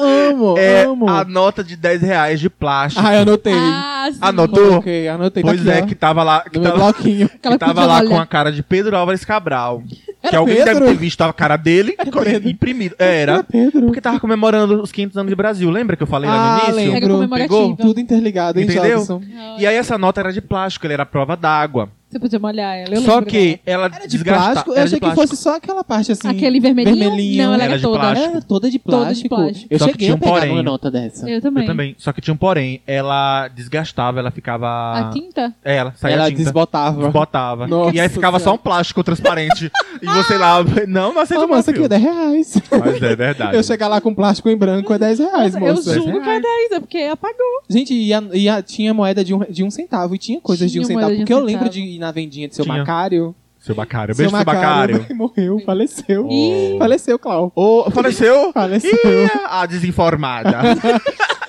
Amo, é amo. a nota de 10 reais de plástico. Ah, eu anotei. Ah, sim. Anotou? Coloquei, anotei. pois tá aqui, é, ó, que tava lá. Que no meu tava, bloquinho. que Aquela tava coisa, lá olha, com a cara de Pedro Álvares Cabral. que né? Era alguém deve Pedro? ter visto a cara dele Pedro. imprimido. É, Era. Pedro. Porque tava comemorando os 500 anos de Brasil. Lembra que eu falei lá Ah, no início? lembro. Pega comemorativa. Pegou? Tudo interligado, hein, Entendeu? Jobson? E aí essa nota era de plástico, ele era prova d'água. Você podia molhar ela. eu Só lembro que ela Era de desgastava. plástico? Eu era de achei que plástico. fosse só aquela parte assim. Aquele vermelhinho? Não, ela Era era de toda. né? plástico. Era toda de Toda plástico. de plástico. Eu Só que cheguei tinha um a pegar porém. uma nota dessa. Eu também. Eu também. Só que tinha um porém, ela desgastava, ela ficava. A tinta? É, ela saía Ela a tinta. desbotava. Desbotava. Nossa e aí ficava só um Senhora. plástico transparente. e você lá, não, não aceito Ô, moça, aqui é 10 reais. Mas é verdade. Eu chegar lá com plástico em branco é 10 reais, Nossa, eu moça. juro que é 10, é porque apagou. Gente, e, a- e a- tinha moeda de um, de um centavo. E tinha coisas de um Tinha centavo. moeda de um porque eu lembro de centavo. ir na vendinha de seu Tinha. Macário. Seu Bacário, beijo seu Bacário. Morreu, faleceu. Ô. Faleceu, Clau. Ô, faleceu? Faleceu. Ih, a desinformada.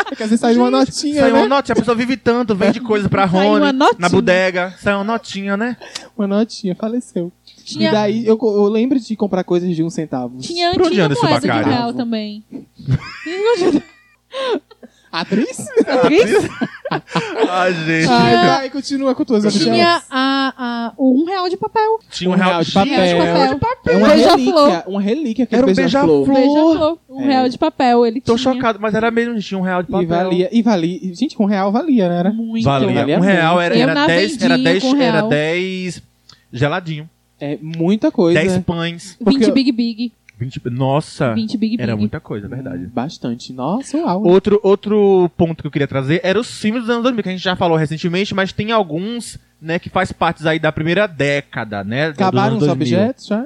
Porque às vezes saiu uma notinha, Saiu uma né? notinha, a pessoa vive tanto, vende coisa pra Saiu Rony, uma notinha. na bodega. Saiu uma notinha, né? Uma notinha, faleceu. Tinha, E daí eu, eu lembro de comprar coisas de um centavo. tinha Pra onde antiga anda esse moeda de bacalhau? real também. Atriz? Atriz? Ai, gente. Ai, vai, continua com tuas Tinha objeções. a, a, o um real de papel. Tinha um real de papel. Um real de É papel. uma Beija-flor. relíquia, uma relíquia que Era um beija-flor. beija-flor. Beija-flor. Um É. real de papel. Ele Tô tinha. chocado, mas era mesmo, tinha um real de papel. E valia, e valia. Gente, com um real valia, né? Era? Muito. Valia. Valia um real era, muito. Eu era na 10, era vendinha 10, com era real. 10 geladinho. É muita coisa. 10 pães. 20 Porque- Big Big. 20, nossa, 20 Big Big. Ah, era muita coisa, é verdade. Bastante. Nossa, uau. Outro, outro ponto que eu queria trazer era os filmes dos anos 2000, que a gente já falou recentemente, mas tem alguns, né, que faz parte aí da primeira década, né, do- dos Acabaram anos os 2000. objetos já?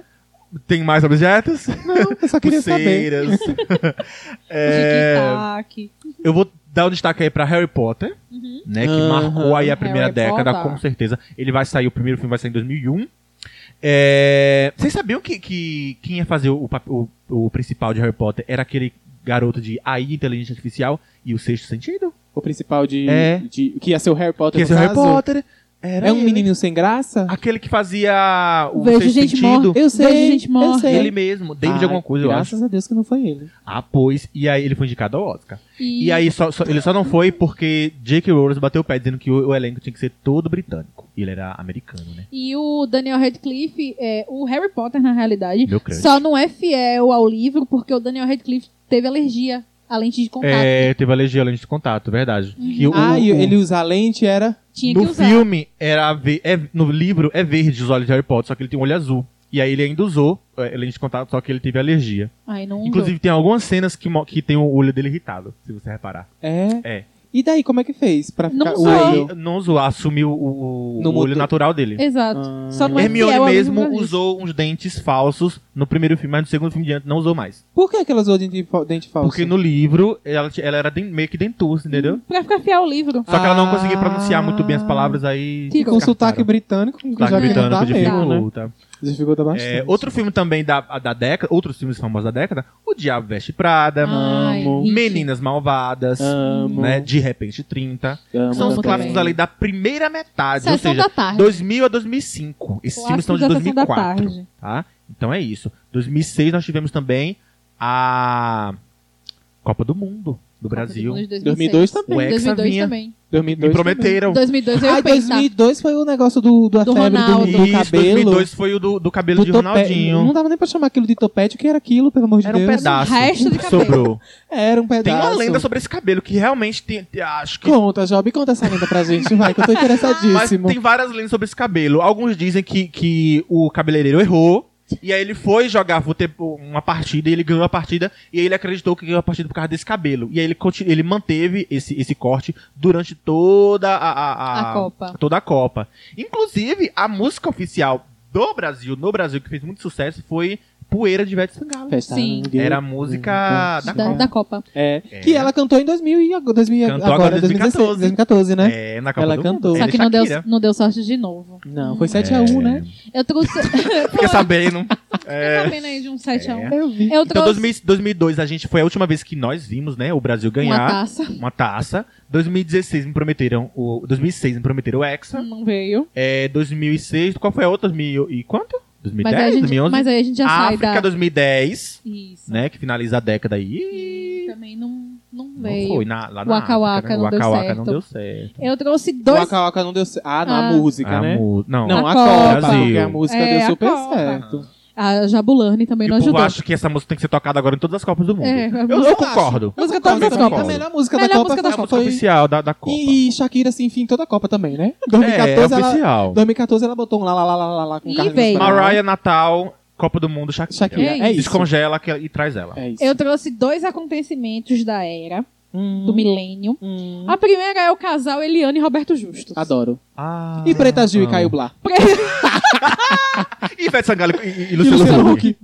Tem mais objetos? Não, eu só queria saber. Pulseiras. tá? é, Tic-tac. eu vou dar um destaque aí pra Harry Potter, né? Que Uhum. Aham. marcou aí a primeira Harry década, Potter. com certeza. Ele vai sair, o primeiro filme vai sair em 2001. É, vocês sabiam que, que quem ia fazer o, pap- o, o principal de Harry Potter era aquele garoto de AI, Inteligência Artificial, e o Sexto Sentido? O principal de, É. de- Que ia ser o Harry Potter. Que no esse é o Harry caso. Potter era É um ele. menino sem graça? Aquele que fazia o Vejo Sexto gente Sentido. Eu sei. Vejo gente eu morta. sei. Ele mesmo, David Ai, alguma coisa, eu acho. Ah, Graças a Deus que não foi ele. Ah, pois. E aí ele foi indicado ao Oscar. E, É. E aí, só- só- ele só não foi porque Jake Rowling bateu o pé dizendo que o, o elenco tinha que ser todo britânico. E ele era americano, né? e o Daniel Radcliffe, é, o Harry Potter, na realidade, Meu crush. só não é fiel ao livro porque o Daniel Radcliffe teve alergia à lente de contato. Uhum. É, teve alergia à lente de contato, verdade. E o- ah, e o- ele usar lente era. Tinha que no usar. filme, era ve- é- no livro, é verde os olhos de Harry Potter, só que ele tem um olho azul. E aí ele ainda usou é, lente de contato, só que ele teve alergia. Ai, não Inclusive, tem algumas cenas que, mo- que tem o olho dele irritado, se você reparar. É. É. E daí, como é que fez? Pra Não ficar usou. o Aí, olho? não usou, assumiu o, o- Não o olho mudou. natural dele. usou. Exato. Ah. Só não é Hermione fiel ao livro mesmo pra isso. usou uns dentes falsos no primeiro filme, mas no segundo filme diante não usou mais. Por que aquelas usou dente, fa- dente falso? Porque no livro ela, ti- ela era den- meio que dentuça, entendeu? Pra ficar fiel ao livro. Só que ela não conseguia Ah. pronunciar muito bem as palavras aí. E com descartaram. sotaque britânico, que Sotaque já britânico não dá mesmo, né? dificulta. Dificulta bastante. É, outro filme também da, da década, outros filmes famosos da década, O Diabo Veste Prada, Ai, amo. Hit. Meninas Malvadas, Amo. né, De Repente 30. Amo São os também. clássicos ali da primeira metade, ou Sessão seja, da tarde. 2000 a 2005. Esses filmes são de Clássicos da Sessão da 2004. Tarde. tá? Então é isso. 2006 nós tivemos também a Copa do Mundo do Brasil. 2002 também. O Hexa 2002 vinha. também. 2002 Me prometeram. 2002 eu Também. ia Ai, pensar. 2002 foi o negócio do, do, Do do febre do, Ronaldo. do Isso, cabelo. 2002 foi o do, do cabelo de tope- Não Ronaldinho. dava nem pra chamar aquilo de topete. O que era aquilo, pelo amor de Era um Deus? pedaço. Um resto de cabelo. Sobrou. Era um pedaço. Tem uma lenda sobre esse cabelo que realmente tem, tem- acho que Conta, Job, conta essa lenda pra gente, vai, que eu tô Mas interessadíssimo. tem várias lendas sobre esse cabelo. Alguns dizem que, que o cabeleireiro errou. E aí ele foi jogar fute- uma partida e ele ganhou a partida. E aí ele acreditou que ganhou a partida por causa desse cabelo. E aí ele, conti- ele manteve esse, esse corte durante toda a, a- a- A Copa. Toda a Copa. Inclusive, a música oficial do Brasil, no Brasil, que fez muito sucesso, foi Poeira de Ivete Sangalo. Festa Sim. Ninguém- Era a música Da, da, Copa. da Copa. É, É. Que ela cantou em 2000 e ag- 2000, Cantou agora agora, em 2016, 2014, né? É, na Copa Ela do cantou. Mundo. Só Ela e que não deu, Shakira. não deu sorte de novo. É. Não, foi 7x1, né? Eu trouxe. Fica sabendo. Fica sabendo aí de um 7 a 1. É, Eu vi. Eu Então, trouxe 2000 2002, a gente foi a última vez que nós vimos, né, o Brasil uma ganhar taça. uma taça. 2016 me prometeram o 2006 me prometeram o Hexa. Não veio. É, É, 2006, qual foi a outra? 2000 e quanto? 2010, mas, aí a gente, 2011. mas aí a gente já a sai África da. 2010, Isso. né, que finaliza a década aí. E também não, não Não veio. foi na, lá na O Waka Waka África, né? não O Waka deu Waka certo. não deu certo. Eu trouxe O dois. Tipo, Waka Waka não deu certo. Ah, não, Ah. a música, A né? mu- Não, Não, A a, Copa, Copa. porque a música É, deu a super Copa. certo. Ah, A Jabulani também não tipo, eu ajudou. acho que essa música tem que ser tocada agora em todas as Copas do Mundo. É, a eu, música eu concordo. A música Eu concordo toda da também. Copa. A melhor música Melhor da Copa música da foi- Copa. Música oficial da, da Copa. E, e Shakira se enfia em toda a Copa também, né? é, 2014, ela, oficial. 2014 ela botou um lá, lá, lá, lá, lá, lá com Ih, Carlinhos véi. Brown. Mariah Natal, Copa do Mundo, Shakira. Shakira, É é Uhum. isso. Descongela que- e traz ela. É isso. Eu trouxe dois acontecimentos da era, Hum, do milênio. hum, A primeira é o casal Eliane e Roberto Justus. Adoro. Ah. E Preta Gil e Caio Blá. Ah. E Ivete Sangalo e, e- e E Luciano Luciano Huck. Huck.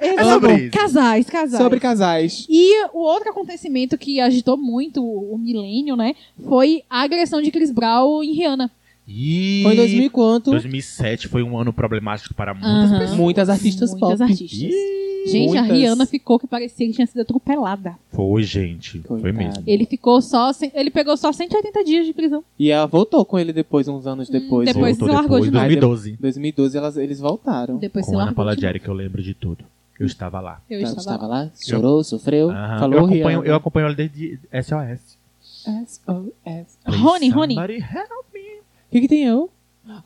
Esse- É sobre isso. Casais, casais. Sobre casais. E o outro acontecimento que agitou muito o o milênio, né? Foi a agressão de Chris Brown em Rihanna. E... Foi em 2000 e quanto? 2007 foi um ano problemático para muitas Aham. pessoas. Muitas artistas Muitas pop. artistas. E... Gente, a muitas. Rihanna ficou que parecia que tinha sido atropelada. Foi, gente. Foi Coitada. mesmo. Ele ficou só. cem- Ele pegou só 180 dias de prisão. E ela voltou com ele depois, uns anos depois. Hum, depois- Em se largou de Em novo. 2012. 2012 elas, eles voltaram. Depois se Com Ana largou. de Paladieri, que eu lembro de tudo. Eu estava lá. novo. Eu Ela estava lá. lá, chorou, sofreu, Aham. falou eu, acompanho, Rihanna. eu acompanho ela desde SOS. tá. S.O.S. Rony, Rony. Somebody help me. O que, que tem eu?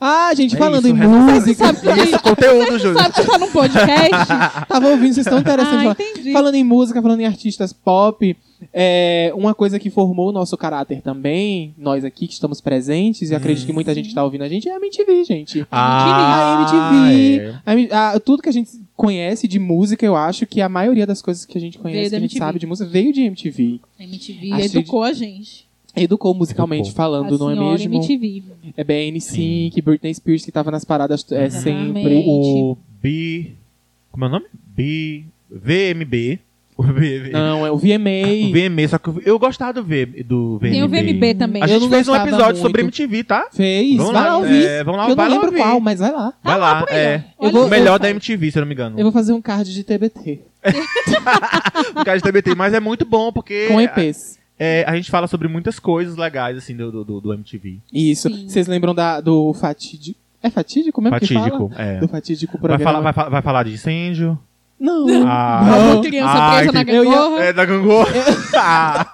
Ah, gente, É falando isso, em Renata. música. Sabe que eu Isso, conteúdo, Júlio. Sabe que tá num podcast? Ah, Tava ouvindo, vocês estão interessados. ah, falar. entendi. Falando em música, falando em artistas pop, é, uma coisa que formou o nosso caráter também, nós aqui que estamos Hum. presentes, e acredito que muita gente que tá ouvindo a gente, é a MTV, gente. Ah. é. a MTV. é. A M- a- tudo que a gente conhece de música, eu acho que a maioria das coisas que a gente conhece, Veio que da a gente MTV. sabe de música, veio de MTV. MTV Astrid- educou a gente. Educou musicalmente Educou. falando, a não é senhora mesmo? MTV. É bem NSYNC, Britney Spears, que tava nas paradas é, Uhum. sempre. Exatamente. O, o B. Como é o nome? B. VMB. O VMB. Não, é o Ah, O VMA. VMA, só que eu- eu gostava do, v, do VMB. Tem o VMB também. A Eu gente não fez um gostava episódio muito. sobre MTV, tá? Fez, Vamos vai lá, lá ouvir. é, vamos lá, eu vai não lá lembro ouvir. qual, mas vai lá. Vai lá, é. Eu Olha vou- O melhor da eu- MTV, se eu não me engano. Eu vou fazer um card de TBT. O Caixa TBT, mas é muito bom porque Com um EPs. é, a gente fala sobre muitas coisas legais, assim, do, do- do, do MTV. Isso. Sim. Vocês lembram da, do fatídico. É fatídico mesmo que fala? Fatídico, é. Do fatídico Vai programa. falar, vai, fa- vai falar de incêndio? Não. Ah, Alô, criança Ah, presa na entendi. Eu ia- gangorra. É da gangorra. Ah,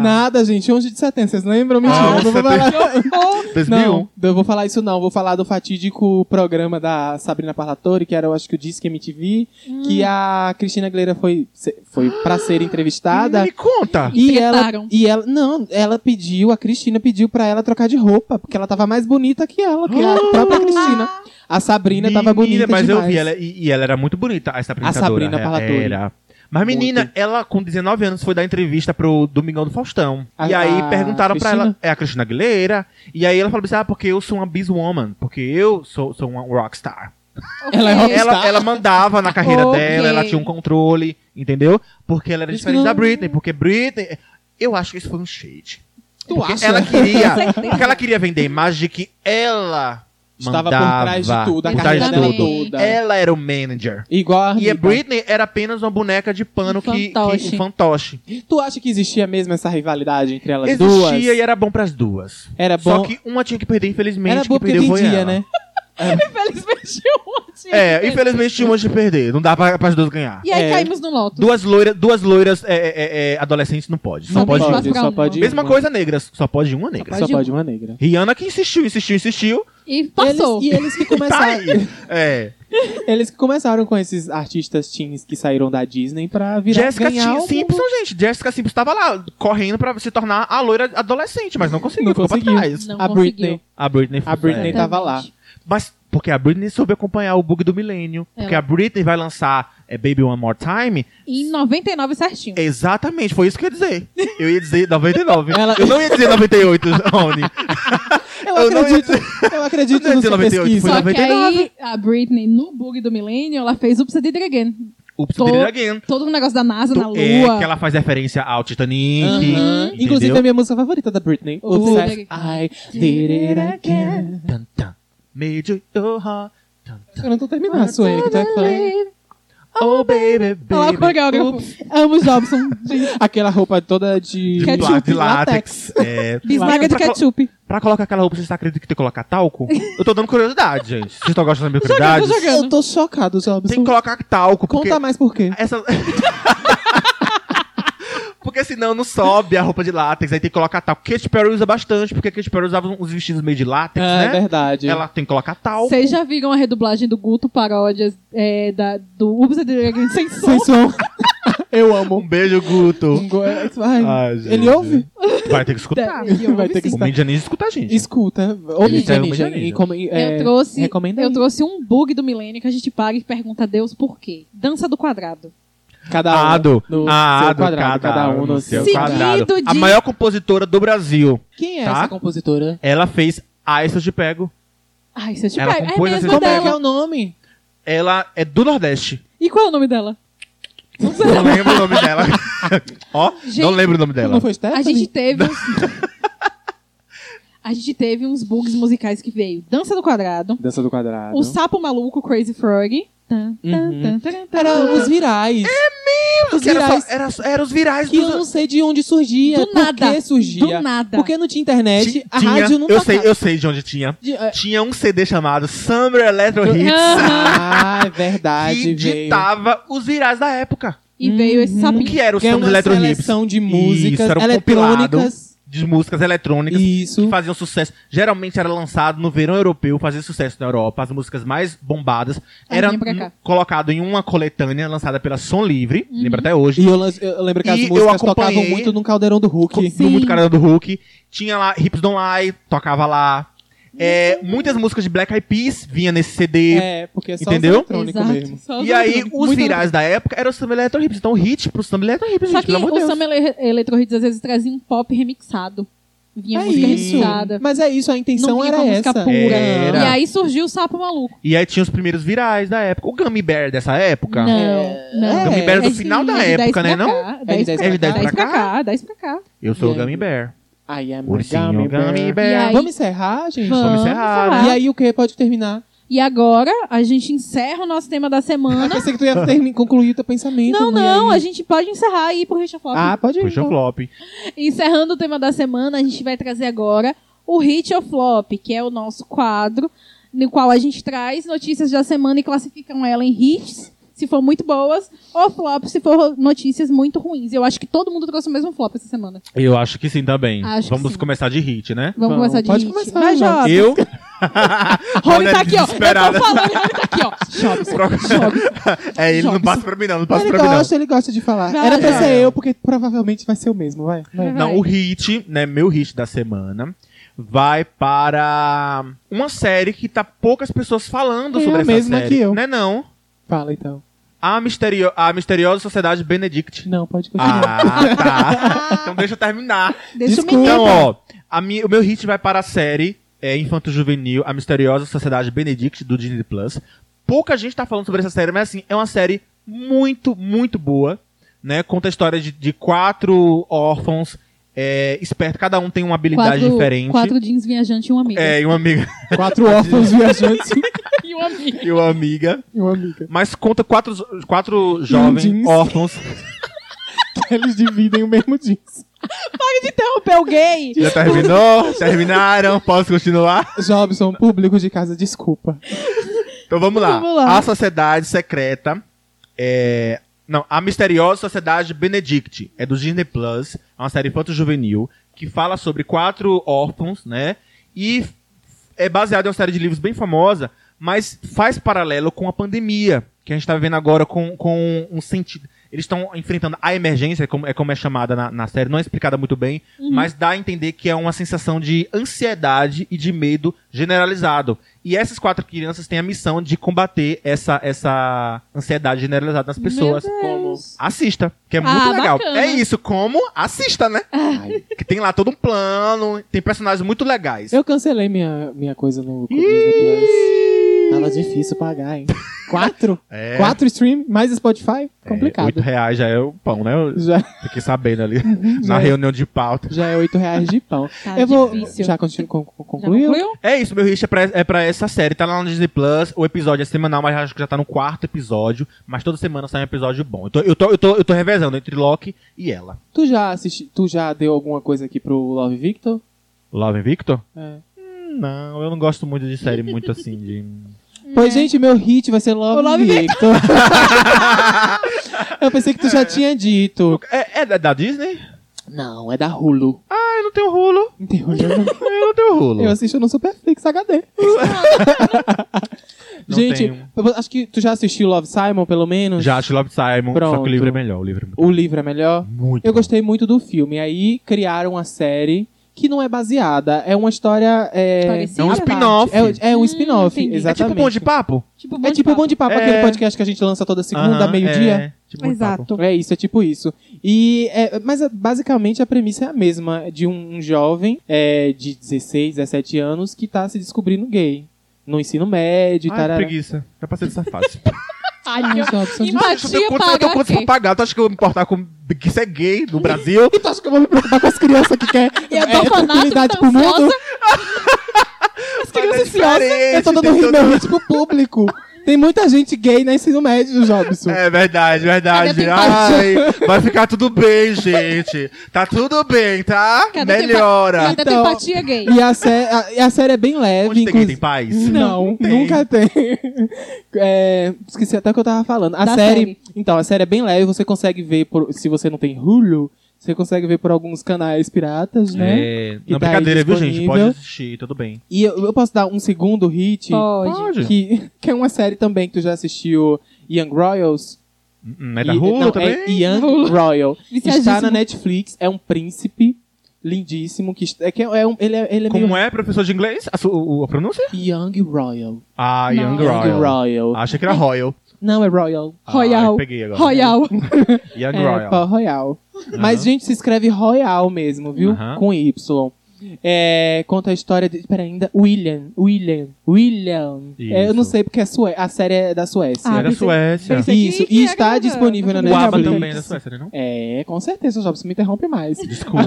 Nada, gente. 11 de setembro. Vocês lembram? Mentira. Ah, eu não vou setembro. falar. Ou- 2001. Não, eu vou falar isso não. Eu Vou falar do fatídico programa da Sabrina Parlatore, que era, eu acho que o Disque MTV, que a Cristina Aguilera foi, se- foi pra ser entrevistada. Me conta. E ela, Tretaram. e ela. Não, ela pediu, a Cristina pediu pra ela trocar de roupa, porque ela tava mais bonita que ela, que a própria Cristina. A Sabrina tava bonita Menina, mas demais. eu vi ela é- e, e ela era muito bonita, essa apresentadora. Sabrina é, Palladori. Era. Mas menina, ela com 19 anos foi dar entrevista pro Domingão do Faustão. A- e aí a perguntaram pra Ah, Cristina? ela, é a Cristina Aguilera, e aí ela falou assim: "Ah, porque eu sou uma biswoman, porque eu sou, sou uma rockstar". Ela é Ok. rockstar. Ela, ela mandava na carreira Ok. dela, ela tinha um controle, entendeu? Porque ela era Isso diferente não- da Britney, porque Britney, eu acho que isso foi um shade. Tu Porque acha? ela queria, Com certeza. porque ela queria vender a imagem de que ela Estava mandava, por trás de tudo, a por carreira trás de dela tudo. Exatamente. toda. Ela era o manager. Igual a E é a Anitta. Britney era apenas uma boneca de pano Um que, fantoche. que um fantoche. Tu acha que existia mesmo essa rivalidade entre elas Existia duas? e era bom pras duas. Era Só bom. que uma tinha que perder, infelizmente, Era bom que porque perdeu foi vendia, ela. né? Infelizmente, um eu tinha. É, infelizmente tinha uma de perder. Não dá pra, pras duas ganhar. E aí É. caímos no loto. Duas loiras, duas loiras é, é, é, adolescentes não pode. Só Não pode, pode. uma. passar pra só uma. pode Mesma uma. coisa, negras. Só pode uma negra. pode Só uma. pode uma negra. Rihanna que insistiu, insistiu, insistiu. E passou. Eles, e eles que Tá começaram, aí. É. eles que começaram com esses artistas teens que saíram da Disney pra virar Jessica ganhar Tim- algum- Simpson, gente. Jessica Simpson tava lá correndo pra se tornar a loira adolescente, mas não conseguiu. Não ficou conseguiu. pra trás. Não a conseguiu. Britney. A Britney A Britney é. tava lá. Mas porque a Britney soube acompanhar o bug do milênio. Porque Ela- a Britney vai lançar é, Baby One More Time. Em 99 certinho. Exatamente, foi isso que eu ia dizer. Eu ia dizer 99. Ela- Eu não ia dizer 98, Rony. Eu, Eu não ia acredito, eu acredito Eu não ia no dizer sua 98, pesquisa. foi Só que 99. aí, a Britney, no bug do milênio, ela fez Upsa de Dragon. Oops, Tô- did it again. Todo o negócio da NASA na Lua. É, que ela faz referência ao Titanic. Aham. Uhum. entendeu? Inclusive, é a minha música favorita da Britney. Oops, Oops, I did it again. Tan, tan. Made uh-huh. your heart. Tan, tan. Eu não tô terminando, Suene, que tá tu vai falar. Oh, baby, baby. Olha lá o coreógrafo. Oops. Amo Jobson. Gente, Aquela roupa toda de... De, Ketchup, pla- de látex. látex. É. Bisnaga de Pra colo- ketchup. Pra colocar aquela roupa, vocês acreditam que tem que colocar talco? Eu tô dando curiosidade, gente. Vocês estão gostando da minha jogando, curiosidade? tô jogando. Eu tô chocado, Tem que Jobson. colocar talco, porque... Conta mais por quê. Essa... porque senão não sobe a roupa de látex, aí tem que colocar talco. Katy Perry usa bastante, porque a Katy Perry usava uns vestidos meio de látex, É né? verdade. Ela tem que colocar talco. Vocês já viram a redublagem do Guto Paródias é, da, do Upsa de Dragon sem som? Sem som. Eu amo. Um beijo, Guto. Ai, Ai, gente. é, ele ouve? Vai ter que escutar. Ele ouve Vai ter que O É, escutar. Mídia Ninja escuta a gente. Escuta. Ô, Isso Mídia é uma Ninja. Mídia e Ninja. como- é, eu trouxe, Recomenda eu aí. trouxe um bug do milênio que a gente paga e pergunta a Deus por quê. Dança do quadrado. Cada um Ah, Ado, Ah, no seu Ado, quadrado. Cada um no seu Seguido quadrado. A de- maior compositora do Brasil. Quem é Tá? essa compositora? Ela fez Ah, Essa Eu Te Pego. Ai, se eu te Ela pego. É compôs essa mesmo Como é dela. que é o nome? Ela é do Nordeste. E qual é o nome dela? Não lembro o nome dela. Ó, não Gente, lembro o nome dela. Não foi Stephanie? A gente teve uns... A gente teve uns bugs musicais que veio. Dança do quadrado. Dança do Quadrado. O sapo maluco Crazy Frog. Tan, tan, Uhum. tan, tan, tan. Era os virais. Era os só- Era, virais. só- era os virais Que eu não dos... sei de onde surgia. Do por nada. que surgia. Do nada. Porque não tinha internet, Ti- a tinha- rádio não tá eu tocava. sei, eu sei de onde tinha. De- é- Tinha um CD chamado Summer Electro Hits Aham. Ah, é que verdade, veio. ditava os virais da época. E veio esse O sapinho. Uhum. que era o Que é Samba uma Electro Hips? seleção de músicas Isso, era um eletrônicas. De músicas eletrônicas que Isso. faziam sucesso. Geralmente era lançado no verão europeu, fazia sucesso na Europa. As músicas mais bombadas Ah, Aí eram vinha pra cá. colocado em uma coletânea lançada pela Som Livre, Uhum. lembra até hoje. E eu, lan- eu lembro que as E eu músicas tocavam acompanhei- muito no Caldeirão do Hulk. no Sim. Muito Cara do Hulk. Tinha lá Hips Don't Lie, tocava lá. É, muitas músicas de Black Eyed Peas vinha nesse CD. Uhum. É, porque é só Entendeu? os eletrônico mesmo. Só os E aí, eletrônicos. os Tá Muito virais da época eram o Samba Electro Hips. Então, hit pro Samba Electro Hips, Só gente, que pelo amor de o Deus. Samba ele- Electro Hits às vezes trazia um pop remixado. Vinha É música isso. remixada. Mas é isso, a intenção Não vinha era com a música essa. pura. Era. E aí surgiu o Sapo Maluco. E aí tinha os primeiros virais da época. O Gummy Bear dessa época. Não, não. É. Gummy Bear do É de- final é da de época, 10 pra né? Não? cá, É de 10 10 pra cá? 10 pra cá, 10 pra cá. Eu sou o É. Gummy Bear. I am a Ursinho é gummy bear. Gummy E Bear. aí- Vamos encerrar, gente? Vamos. Vamos encerrar. E aí o que? Pode terminar. E agora a gente encerra o nosso tema da Eu semana. pensei que tu ia termi- concluir teu pensamento. Ah, não, mãe, não, aí. a gente pode encerrar aí pro Richard Flop. Ah, pode ir. Puxa o então. flop. Encerrando o tema da semana, a gente vai trazer agora o Hit ou Flop, que é o nosso quadro, no qual a gente traz notícias da semana e classificam ela em hits, se for muito boas, ou flop, se for notícias muito ruins. Eu acho que todo mundo trouxe o mesmo flop essa semana. Eu acho que sim também. Acho que Vamos sim. começar de hit, né? Vamos, Vamos, começar de pode hit. começar, Vai, Jobs. Jobs. Eu. Rony Olha, tá aqui, ó. Eu desesperada. tô falando, Rony tá aqui, ó. Jobs, Jobs. É, ele não Jobs. passa pra mim, não. Não passa Ele pra mim, não. gosta, ele gosta de falar. Vai, Era pra vai. ser eu, porque provavelmente vai ser o mesmo, vai. vai. Vai. Não, o hit, né? Meu hit da semana. Vai para uma série que tá poucas pessoas falando É sobre a essa mesma série. que eu. Né, não? Fala então. A, misterio a Misteriosa Sociedade Benedict. Não, pode continuar. Ah, tá. Então deixa eu terminar. Deixa Desculpa. eu me Então, ó, a mi- o meu hit vai para a série é, Infanto Juvenil, A Misteriosa Sociedade Benedict, do Disney Plus. Pouca gente tá falando sobre essa série, mas assim, é uma série muito, muito boa. Né? Conta a história de, de quatro órfãos é, espertos, cada um tem uma habilidade quatro, diferente. Quatro jeans viajante e um amigo. É, e uma amiga. Quatro órfãos viajantes E um amigo. e uma amiga. e uma amiga. Mas conta quatro, quatro jovens jeans. órfãos. Eles dividem o mesmo jeans. Interrompeu o gay. Já terminou? Terminaram? Posso continuar? Jobson, um público de casa, desculpa. Então vamos lá. Vamos lá. A Sociedade Secreta. É... Não, A Misteriosa Sociedade Benedict. É do Disney Plus. É uma série infanto-juvenil que fala sobre quatro órfãos, né? E f- é baseada em uma série de livros bem famosa, mas faz paralelo com a pandemia que a gente tá vivendo agora com, com um sentido. Eles estão enfrentando a emergência, como é como é chamada na, na série, não é explicada muito bem, Uhum. mas dá a entender que é uma sensação de ansiedade e de medo generalizado. E essas quatro crianças têm a missão de combater essa, essa ansiedade generalizada nas pessoas. Como? Assista, que é muito Ah, legal. bacana. É isso, como assista, né? Ai. Que tem lá todo um plano, tem personagens muito legais. Eu cancelei minha, minha coisa no Disney Plus. Tava difícil pagar, hein? Quatro? É, Quatro stream, mais Spotify? é, Complicado. oito reais já é o pão, né? Eu já, fiquei sabendo ali na Uhum. já, reunião de pauta. já é oito reais de pão. Tá Eu vou. difícil. Já continu, con, con- Já concluiu? É isso, meu hit é pra, é pra essa série. Tá lá no Disney Plus. O episódio é semanal, mas acho que já tá no quarto episódio. Mas toda semana sai um episódio bom. Eu tô, eu tô, eu tô, eu tô revezando entre Loki e ela. Tu já assisti, tu já deu alguma coisa aqui pro Love Victor? Love and Victor? É. Hum, Não, eu não gosto muito de série muito assim de. Pois, gente, meu hit vai ser Love, O Love Victor. Eu pensei que tu já tinha dito. É, é da, da Disney? Não, é da Hulu. Ah, eu não tenho rulo. Não tem Hulu, não. Eu não tenho rulo. Eu assisto no Superflix HD. Não Gente, tenho. eu acho que tu já assistiu Love Simon, pelo menos? Já acho Love Simon, só que Pronto. o livro é melhor. O livro é muito. O livro é melhor. muito Eu bom. gostei muito do filme. Aí criaram a série que não é baseada. É uma história. É, Parecida? É um à spin-off. parte. É, é um Hum, spin-off, entendi. É É exatamente. tipo bom de papo? Tipo, É tipo o Bom de Papo, É. aquele podcast que a gente lança toda segunda, Aham, meio-dia. É, tipo Bom de Papo. Exato. É. isso, é tipo isso. E, é, mas é, basicamente a premissa é a mesma de um, um jovem é, de 16, 17 anos que tá se descobrindo gay. No ensino médio e Ai, que tal. preguiça. Já passei dessa fase. Ai, que eu- Nossa, Empatia eu tô quanto, eu tô pagar quanto quê? pra pagar. Tu acha que eu vou me importar com que isso é gay no Brasil? E tu acha que eu vou me preocupar com as crianças que querem E eu tô é, fanata, tranquilidade tô pro mundo? ansiosa. As crianças Mas é ansiosas. diferente, Eu tô tem dando todo- meu ritmo público. Tem muita gente gay no ensino médio, Jobson. É verdade, verdade. Cadê a Ai, vai ficar tudo bem, gente. Tá tudo bem, tá? Cadê um a tempa- Melhora. Cadê a Então- telepatia gay? E a, sé- a- e a série é bem leve. Onde tem gay inclusive- tem paz? Não, tem. nunca tem. É, esqueci até o que eu tava falando. A Da série, série. Então, a série é bem leve, você consegue ver por. Se você não tem Hulu, você consegue ver por alguns canais piratas, né? É, Que não, tá aí brincadeira, viu, gente? disponível. Pode assistir, tudo bem. E eu, eu posso dar um segundo hit. Pode. Que, que é uma série também que tu já assistiu, Young Royals. Hum, É da E- rua não, também? É Young Hulu. Royal. Está na Viciadíssimo. Netflix, é um príncipe lindíssimo. Que, est- é, que é um, ele é, ele é meio Como é, professor de inglês? A, su- o- a pronúncia? Young Royal. Ah, Não. Young Young é Young Royal. Ah. Royal. Achei que era Royal. Não, é Royal. Ah, Royal. peguei agora. Royal. Young É, Royal. Pó Royal. Mas, gente, se escreve Royal mesmo, viu? Aham. Com Y. É, conta a história de. Pera, ainda. William. William. William. Isso. É, eu não sei porque é Sue a série é da Suécia. Ah, Era pensei- Suécia. pensei- Isso, que e era está da- disponível na da- O ABBA Netflix. também é da Suécia, né? Não? É, com certeza, Jobs, me interrompe mais. Desculpa.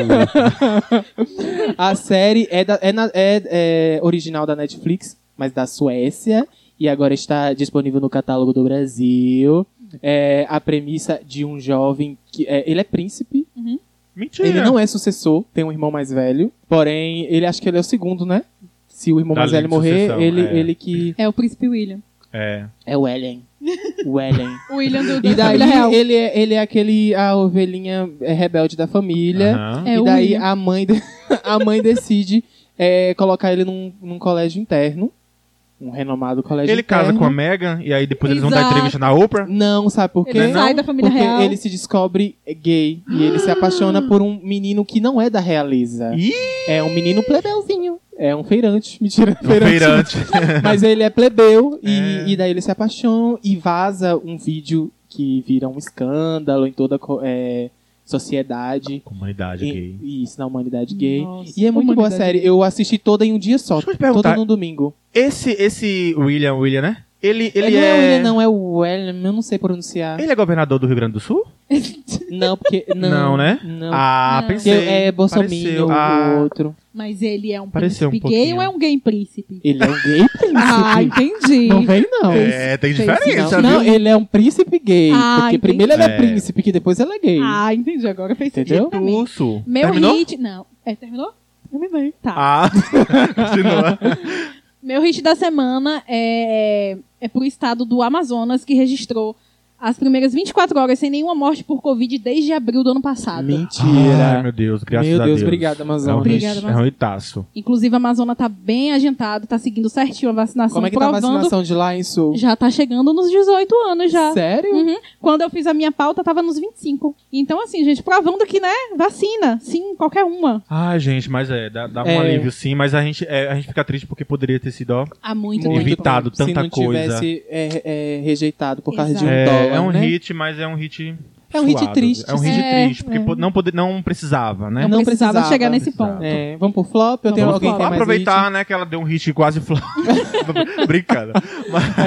A série é, da- é na- é- é original da Netflix, mas da Suécia. E agora está disponível no catálogo do Brasil. É a premissa de um jovem que. é, ele é príncipe. Mentira. Ele não é sucessor, tem um irmão mais velho. Porém, ele acho que ele é o segundo, né? Se o irmão Da mais linha velho de morrer, sucessão, ele, é. ele que. É o príncipe William. É. É o Ellen. O Ellen. O William do E da daí família real. ele é, ele é aquele a ovelhinha é, rebelde da família. Aham. É e o daí William. a mãe, de- a mãe decide é, colocar ele num, num colégio interno. Um renomado colégio Ele interno. casa com a Megan e aí depois eles vão dar Exato. entrevista na Oprah. Não, sabe por quê? Ele sai da família Porque real. ele se descobre gay. E ele se apaixona por um menino que não é da Realiza. Ih! É um menino plebeuzinho. É um feirante. Mentira, No feirante. Mas ele é plebeu e, É. e daí ele se apaixona e vaza um vídeo que vira um escândalo em toda a co- é, sociedade. Comunidade E, gay. e isso na humanidade gay. Nossa, E é muito boa a humanidade série. gay. Eu assisti toda em um dia só. Deixa eu te Toda perguntar. num domingo. Esse, esse William, William, né? Ele, não ele é, o é... William, não, é o William, eu não sei pronunciar. Ele é governador do Rio Grande do Sul? Não, porque. Não, Não, né? Não. Ah, Não. Porque pensei. é Bolsonaro, Pareceu. o Ah, outro. Mas ele é um Pareceu príncipe um gay pouquinho. ou é um gay príncipe? Ele é um gay príncipe. Ah, entendi. Não vem, não. é, tem Pensei, diferença, não, viu? não, ele é um príncipe gay. Ah, porque entendi. primeiro ele é, É. príncipe, que depois ele é gay. Ah, entendi. Agora fez Entendeu? sentido pra mim. Russo. Meu Terminou? hit... Não. É, terminou? Terminei. Tá. Ah, continua. Meu hit da semana é, é pro estado do Amazonas, que registrou as primeiras 24 horas sem nenhuma morte por Covid desde abril do ano passado. Mentira. Ai, meu Deus, graças Meu a Deus, Deus. obrigado, É um, Amazonas. Obrigada, hit- é Amazonas. um hitaço. Inclusive, a Amazônia tá bem agitada, tá seguindo certinho a vacinação, Como é que tá a provando... vacinação de lá em Sul? Já tá chegando nos 18 anos já. Sério? Uhum. Quando eu fiz a minha pauta, tava nos 25. Então, assim, gente, provando que, né, vacina. Sim, qualquer uma. Ai, gente, mas é, dá, dá um É. alívio sim, mas a gente, é, a gente fica triste porque poderia ter sido, ó. Há muito, Muito tempo. evitado Se tanta não tivesse é, é, rejeitado por causa de um Exato. é, dólar, é um né? hit, mas é um hit. É um hit suado. triste, É um hit é, triste, porque é. po- não, poder, não precisava, né? Não Não precisava, precisava. chegar nesse Precisava. ponto. É, vamos pro flop? Eu tenho Tá Vamos alguém pro que tem flop. mais Aproveitar, né, que ela deu um hit quase flop. Brincando. Mas hit?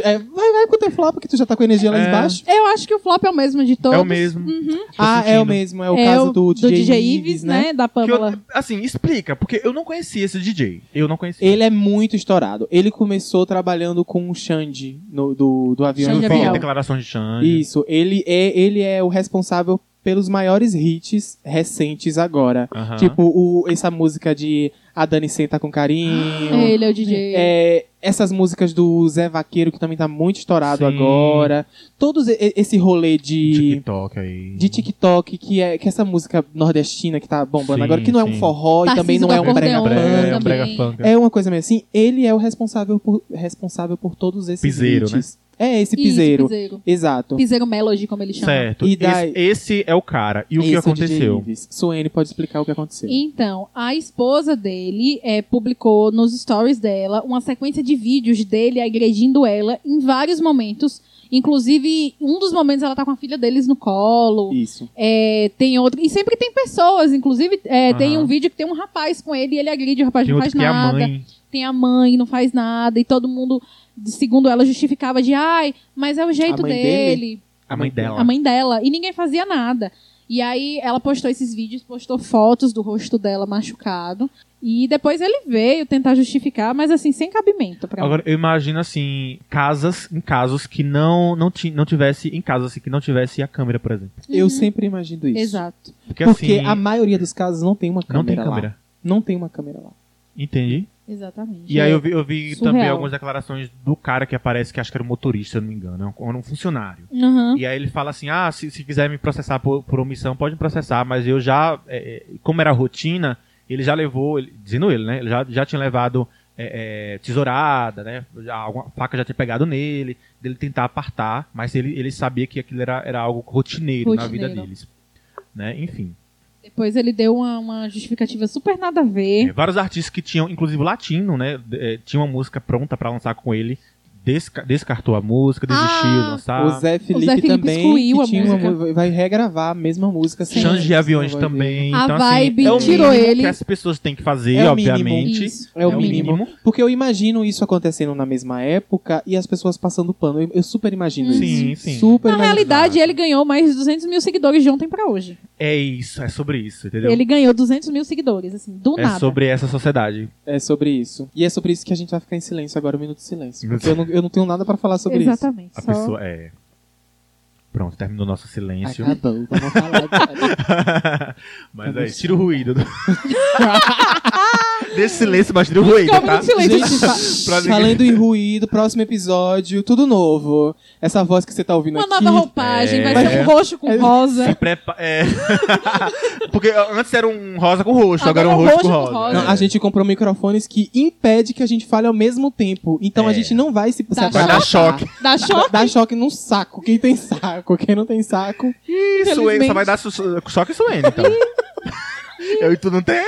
É, é, vai, vai com o teu flop, que tu já tá com energia lá É. embaixo. Eu acho que o flop é o mesmo de todos. é o mesmo. Tô Ah, é sentindo. o mesmo. É o caso do DJ, Ives, né? Da Que eu- Pamela. assim, explica, porque eu não conhecia esse DJ. Eu não conhecia. Ele é muito estourado. Ele começou trabalhando com o Xande no- do, do avião. Xande Infernal. Avião. declarações de Xande. Isso. Ele é, ele é o responsável pelos maiores hits recentes agora. Aham. Tipo, o- essa música de A Dani Senta com Ah, Carinho. Ele é o DJ. É, essas músicas do Zé Vaqueiro, que também tá muito estourado Sim. agora. Todos e- esse rolê de. TikTok aí. De TikTok, que é que essa música nordestina que tá bombando Sim, agora, que não é um sim. forró e Tarcísio também não do é um brega acordeon. funk. É, um brega também. funk. É uma coisa meio assim, ele é o responsável por, responsável por todos esses Piseiro, né? hits. É esse Isso, piseiro. piseiro. Exato. Piseiro Melody, como ele chama. Certo. E daí- Esse, esse é o cara. E o Esse que é DJ aconteceu? Ives. Suene pode explicar o que aconteceu. Então, a esposa dele é, publicou nos stories dela uma sequência de vídeos dele agredindo ela em vários momentos. Inclusive, um dos momentos ela tá com a filha deles no colo. Isso. É, tem outro. E sempre tem pessoas, inclusive, é, tem Aham. um vídeo que tem um rapaz com ele e ele agride, o rapaz Tem não outro faz que é a nada. mãe. tem a mãe, não faz nada, e todo mundo, segundo ela, justificava de ai, mas é o jeito mãe dele, A mãe dela. a mãe dela, e ninguém fazia nada. E aí ela postou esses vídeos, postou fotos do rosto dela machucado. E depois ele veio tentar justificar, mas assim, sem cabimento pra mim. Agora, eu imagino assim, casas em casos que não, não, ti- não tivesse, em casos assim, que não tivesse a câmera, por exemplo. Eu sempre imagino é isso. Uhum. Exato. Porque, Porque assim, a maioria dos casos não tem uma não tem câmera lá. câmera. Não tem uma câmera lá. Entendi. Exatamente. E aí eu vi, eu vi é Surreal. também algumas declarações do cara que aparece, que acho que era um motorista, se eu não me engano, é um- era um funcionário. Aham. E aí ele fala assim, ah, se, se quiser me processar por, por omissão, pode me processar, mas eu já, é, é, como era rotina, ele já levou, ele- dizendo ele, né, ele já, já tinha levado é, é, tesourada, né, já, alguma faca já tinha pegado nele, dele tentar apartar, mas ele, ele sabia que aquilo era, era algo rotineiro, na vida Rotineiro. deles. Né, enfim. Depois ele deu uma, uma justificativa super nada a ver. É, vários artistas que tinham, inclusive latino, né? d- é, tinha uma música pronta pra lançar com ele, desca- descartou a música, desistiu de Ah, lançar. O Zé Felipe, Felipe também excluiu que a tinha uma música. mu- vai regravar a mesma música. sem- Change de aviões sem- também. A então, vibe assim, é o tirou mínimo ele. que as pessoas têm que fazer, É o mínimo. obviamente. Isso. É o mínimo. Porque eu imagino isso acontecendo na mesma época e as pessoas passando pano. Eu, eu super imagino Sim, isso. sim. Super Uhum. imagino. Na realidade, ele ganhou mais 200 mil seguidores de ontem pra hoje. É isso, é sobre isso, entendeu? Ele ganhou 200 mil seguidores, assim, do é nada. sobre essa sociedade. É sobre isso. E é sobre isso que a gente vai ficar em silêncio agora, um minuto de silêncio. Porque eu não, eu não tenho nada pra falar sobre Exatamente. A só- pessoa é. Pronto, terminou nosso isso. silêncio. Acabou. Vamos falar. Tá, cara. mas aí, tira o ruído. Desse silêncio, mas tira o ruído, Ficou tá? muito um silêncio. Gente, fa- falando em ruído, próximo episódio, tudo novo. Essa voz que você tá ouvindo Uma aqui. nova roupagem, vai É. ser um roxo com É. rosa. Prepa- é. Porque antes era um rosa com roxo, Agora agora, é um é um roxo, com roxo rosa. com Não, rosa. a gente comprou microfones que impede que a gente fale ao mesmo tempo. Então a É. gente não vai se, se Dá Vai dar choque. Dá choque. Dá choque num saco. Quem tem saco, quem não tem saco. Isso, Infelizmente. só vai dar su- su- choque suene, então. Eu e tu não tem?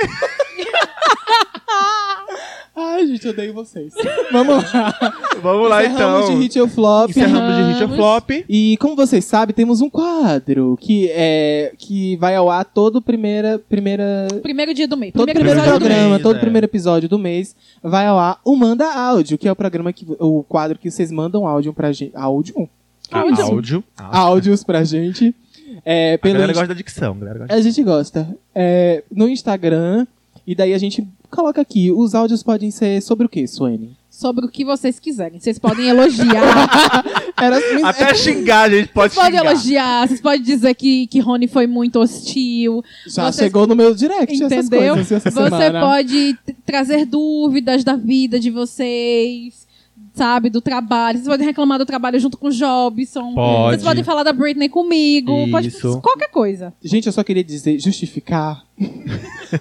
Ai, gente, eu odeio vocês. Vamos lá. Vamos lá, Encerramos então. de hit ou flop. Encerramos de hit ou Encerramos. flop. E como vocês sabem, temos um quadro que é que vai ao ar todo primeira primeira Primeiro dia do mês. todo Primeiro, primeiro episódio do mês. programa, mês, todo é. primeiro episódio do mês vai ao ar o Manda Áudio, que é o programa que o quadro que vocês mandam áudio pra gente, áudio, Áudio. áudio. A áudios pra gente. É, pelo galera Insta- gosta da dicção. a galera gosta. A gente gosta. É, no Instagram, e daí a gente coloca aqui. Os áudios podem ser sobre o que, Suene? Sobre o que vocês quiserem. Vocês podem elogiar, Era, é Até xingar, a gente pode vocês podem xingar. elogiar, vocês podem dizer que, que Rony foi muito hostil. já vocês- chegou no meu direct essas Entendeu? coisas essa Você semana. pode t- trazer dúvidas da vida de vocês, sabe? Do trabalho. Vocês podem reclamar do trabalho junto com o Jobson. Pode. Vocês podem falar da Britney comigo. Isso. Pode qualquer coisa. Gente, eu só queria dizer, justificar.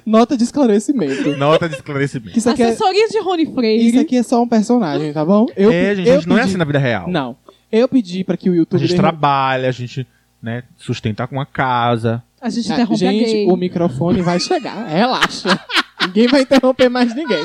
Nota de esclarecimento. Nota tá de esclarecimento. Que isso, aqui é, Assessoria de Rony Freire. isso aqui é só um personagem, tá bom? Eu, é, pe- gente, a eu gente não é pedi- assim na vida real. Não. Eu pedi pra que o A YouTube... gente derru- trabalha, a gente né, sustenta com uma casa. A gente Ah, interrompe a gente, gay. o microfone vai chegar. Relaxa. ninguém vai interromper mais ninguém.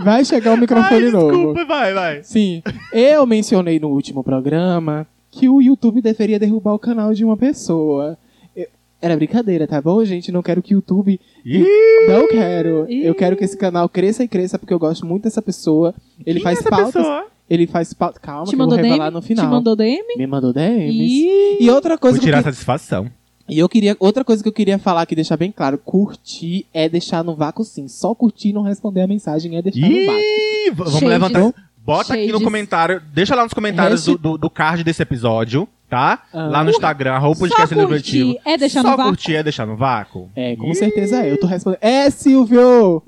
Vai chegar o microfone Ai, novo. desculpa, vai, vai. Sim, eu mencionei no último programa que o YouTube deveria derrubar o canal de uma pessoa. Eu- Era brincadeira, tá bom, gente? Não quero que o YouTube. Ih, Não quero. Ih. Eu quero que esse canal cresça e cresça, porque eu gosto muito dessa pessoa. Ele quem faz é essa pautas. pessoa? Ele faz pauta. Calma, Te que eu mandou vou DM? revelar no final. Te mandou DM? Me mandou DMs. Ih, E outra coisa Vou tirar que... a satisfação. E eu queria. Outra coisa que eu queria falar aqui, deixar bem claro: curtir é deixar no vácuo sim. Só curtir e não responder a mensagem é deixar no vácuo. Ih, v- vamos Shades. levantar. Então, Bota aqui no Shades. comentário, deixa lá nos comentários do, Hashtag- do, do card desse episódio, tá? Ah. Lá no Instagram, arroba podcast só deliberativo. curtir é deixar Só no vácuo. curtir é deixar no vácuo. É, com certeza é. Eu tô respondendo. É, Silvio!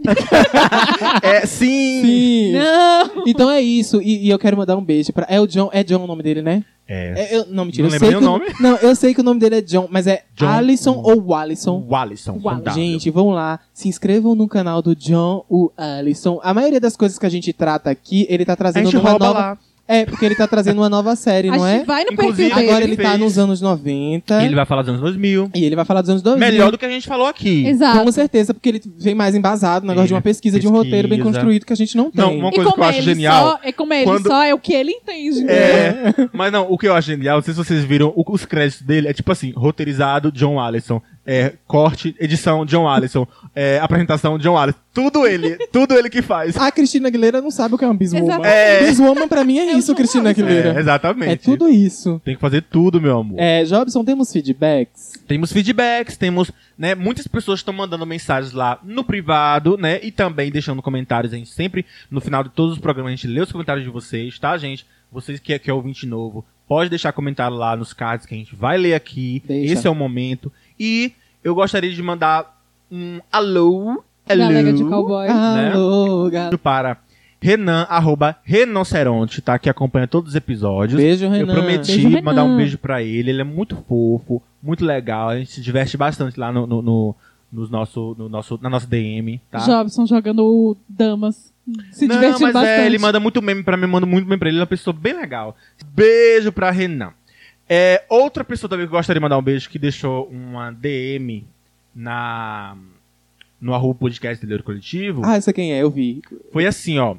É, sim! Sim! Não! Então é isso, e, e eu quero mandar um beijo pra. É o John, é John o nome dele, né? É, É, eu, não, mentira. Não eu lembro sei nem que o nome. Não, eu sei que o nome dele é John, mas é John. Alisson ou Então, Alisson. o Alisson. com Alisson. W. Gente, vão lá, se inscrevam no canal do John o Alisson. A maioria das coisas que a gente trata aqui, ele tá a trazendo gente uma rouba nova. lá. É, porque ele tá trazendo uma nova série, a não gente é? vai no Inclusive, perfil Agora dele. ele, Ele tá fez- nos anos 90. Ele vai falar dos anos 2000. E ele vai falar dos anos 2000. Melhor do que a gente falou aqui. Exato. Com certeza, porque ele vem mais embasado, um negócio de uma pesquisa, de um roteiro bem Pesquisa. construído que a gente não tem. Não, uma coisa e como que eu acho ele genial. Só, é como ele quando- só, é o que ele entende. né? É, mas não, o que eu acho genial, não sei se vocês viram, o- os créditos dele é tipo assim, roteirizado John Allison. é, corte, edição, John Allison, é, apresentação, John Allison. Tudo ele, tudo ele que faz. A Cristina Aguilera não sabe o que é um biswoman. Exato. É. Biswoman pra mim é isso, Cristina É, Aguilera. exatamente. É, tudo isso. Tem que fazer tudo, meu amor. É, Jobson, temos feedbacks? Temos feedbacks, temos, né, muitas pessoas estão mandando mensagens lá no privado, né, e também deixando comentários, a gente sempre, no final de todos os programas, a gente lê os comentários de vocês, tá, gente? Vocês que é, que é ouvinte novo, pode deixar comentário lá nos cards que a gente vai ler aqui, Deixa. esse é o momento. E eu gostaria de mandar um alô, Galera de alô, cowboy. Ah, Né? Alô, galera. para Renan, arroba Renoceronte, tá, que acompanha todos os episódios. Beijo, Renan. Eu prometi Beijo, Renan. mandar um beijo pra ele. Ele é muito fofo, muito legal. A gente se diverte bastante lá no, no, no- nos nosso, no nosso, na nossa DM, tá? Jobson jogando o damas. Se Não, divertiu mas bastante. é, ele manda muito meme pra mim, manda muito meme pra ele. Ele é uma pessoa bem legal. Beijo pra Renan. É, outra pessoa também que eu gostaria de mandar um beijo, que deixou uma DM na, no arroba podcast Delírio Coletivo, Ah, essa quem é? Eu vi. foi assim, ó.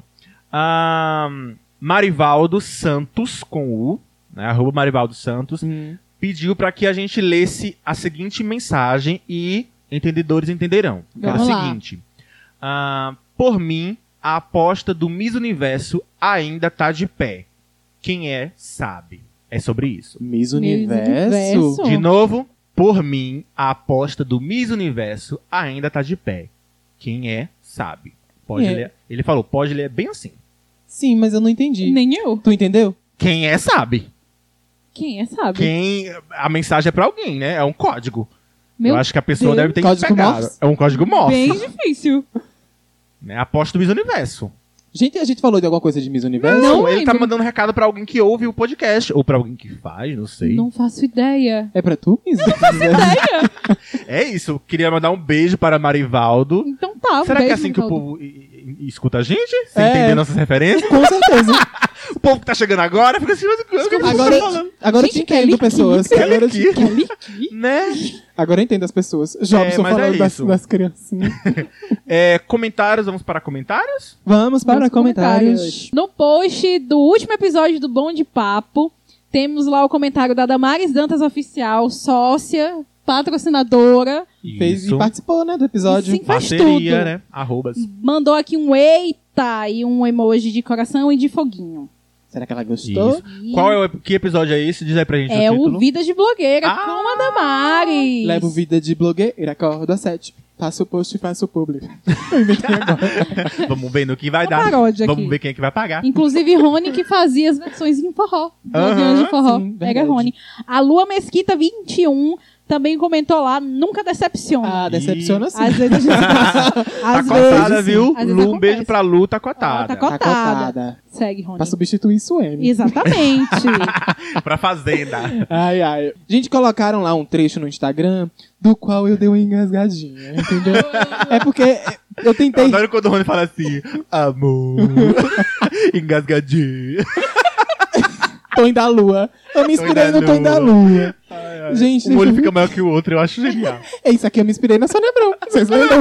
Ahn, Marivaldo Santos, com U, né, arroba Marivaldo Santos, Hum. pediu para que a gente lesse a seguinte mensagem e entendedores entenderão. É o Vamos lá. seguinte: ah, Por mim, a aposta do Miss Universo ainda tá de pé. Quem é, sabe. É sobre isso. Miss Universo. Universo. De novo, por mim, a aposta do Miss Universo ainda tá de pé. Quem é, sabe. Pode É. ler. Ele falou, pode ler bem assim. Sim, mas eu não entendi. Nem eu. Tu entendeu? Quem é, sabe. Quem é, sabe? Quem. A mensagem é pra alguém, né? É um código. Meu Eu acho que a pessoa Deus. deve ter Código pegado. Morse? É um código morse. Bem difícil. Né? Aposto do Miss Universo. Gente, a gente falou de alguma coisa de Miss Universo? Não ele tá lembro. mandando recado pra alguém que ouve o podcast. Ou pra alguém que faz, não sei. Não faço ideia. É pra tu, Miss Universo? Ideia? É isso. eu Queria mandar um beijo para Marivaldo. Então tá. um Será que é beijo, assim que o Rivaldo. povo i- i- escuta a gente? Sem É. entender nossas referências? Com certeza. O povo que tá chegando agora fica assim, mas o que o que você tá falando? Agora, agora eu Gente, te entendo, Kelly pessoas. Kelly Agora eu, te- Key. Kelly Key? Né? agora eu entendo as pessoas. Jobson mas é falando das, isso. das criancinhas. É, comentários, vamos para comentários? Vamos para Nos comentários. No post do último episódio do Bom de Papo, temos lá o comentário da Damares Dantas Oficial, sócia, patrocinadora. Fez e participou, né, do episódio. Sim. faz Parceria, tudo. né? Arrobas. Mandou aqui um eita e um emoji de coração e de foguinho. Será que ela gostou? Isso. Qual é o que episódio é esse? Diz aí pra gente É o o título. Vidas de Blogueira Ah! com a Damares. Levo vida de blogueira, acordo às sete. Faço o post e faço o publi. Vamos ver no que vai Uma dar. paródia Vamos Tá aqui. ver quem é que vai pagar. Inclusive, Rony que fazia as versões em forró. blogueira de forró. sim, Pega verdade. Rony. A Lua Mesquita 21 também comentou lá, nunca decepciona. Ah, decepciona sim. Às vezes a gente Tá Às cotada, vezes, viu? Às vezes Lu, um beijo acontece. pra Lu, tá Ela cotada. tá co- cotada. Segue, Rony. Pra substituir isso, M. Exatamente. pra fazenda. Ai, ai. Gente, colocaram lá um trecho no Instagram do qual eu dei uma engasgadinha, entendeu? é porque eu Eu tentei. adoro quando o Rony fala assim, amor, engasgadinho. Tom da Lua. Eu me inspirei da no Tom Lua. da Lua. Gente, Um olho fica maior que o outro, eu acho genial. é isso aqui eu me inspirei na Sônia Abrão. Vocês lembram?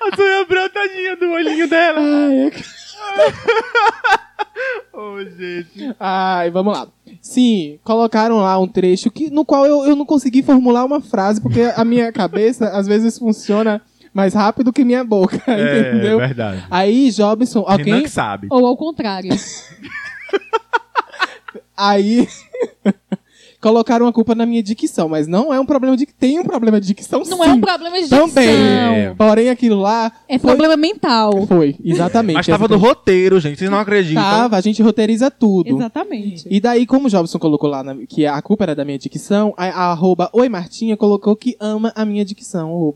A sua brotadinha do olhinho dela. ai, é que- Ô, gente. Ai, vamos lá. Sim, colocaram lá um trecho que, no qual eu, eu não consegui formular uma frase, porque a minha cabeça às vezes funciona mais rápido que minha boca, entendeu? É verdade. Aí, Jobson, Renan alguém. que sabe. Ou ao contrário. Aí. colocaram a culpa na minha dicção, mas não é um problema de. Tem um problema de dicção, Não sim. é um problema de dicção. Também. É. Porém, aquilo lá. É foi- problema mental. Foi, exatamente. Mas tava então. do roteiro, gente, vocês não acreditam. Tava, a gente roteiriza tudo. Exatamente. E daí, como o Jobson colocou lá na- que a culpa era da minha dicção, a, a arroba Oi Martinha colocou que ama a minha dicção. Ô,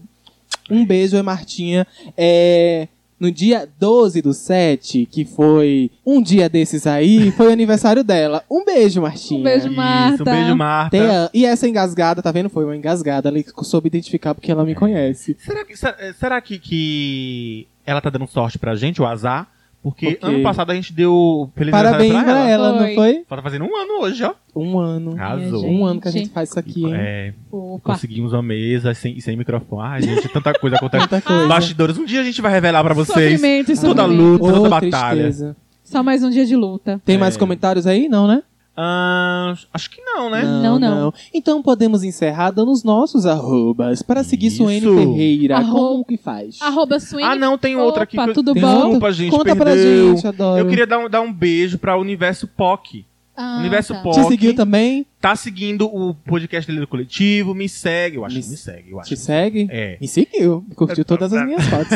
Um beijo, Oi Martinha. É, no dia 12 do 7, que foi um dia desses aí, foi o aniversário dela. Um beijo, Martinha. Um beijo, Isso, Marta. um beijo, Marta. Te am- E essa engasgada, tá vendo? Foi uma engasgada. Ela soube identificar porque É. ela me conhece. Será que, se- será que, que ela tá dando sorte pra gente, o azar? Porque Ok. ano passado a gente deu feliz Parabéns aniversário pra ela, não Foi. foi? Ela Tá fazendo um ano hoje, ó. Um ano. Arrasou. Um ano que a Gente. gente faz isso aqui, hein? É, Opa. conseguimos uma mesa sem, sem microfone. Ai, gente, tanta coisa acontecendo. Tanta coisa. Bastidores, um dia a gente vai revelar pra vocês. Sofrimento e Toda sofrimento. luta, Ô, toda batalha. tristeza. Só mais um dia de luta. Tem mais É. comentários aí? Não, né? Ah, acho que não, né? Não, não. Então podemos encerrar dando os nossos arrobas para seguir Suene Isso. Ferreira. Arro- Como que faz? Arroba Swing. Ah, não, tem outra aqui. Opa, que eu- tudo bom? Desculpa, gente, Conta perdeu. pra gente, adoro. Eu queria dar um, dar um beijo pra Universo POC. Ah, um Universo tá. Pop. Te Toque. seguiu também? Tá seguindo o podcast dele do coletivo, me segue, eu acho Me- que me segue, eu acho. Te segue? É. Me seguiu. Curtiu todas as minhas fotos.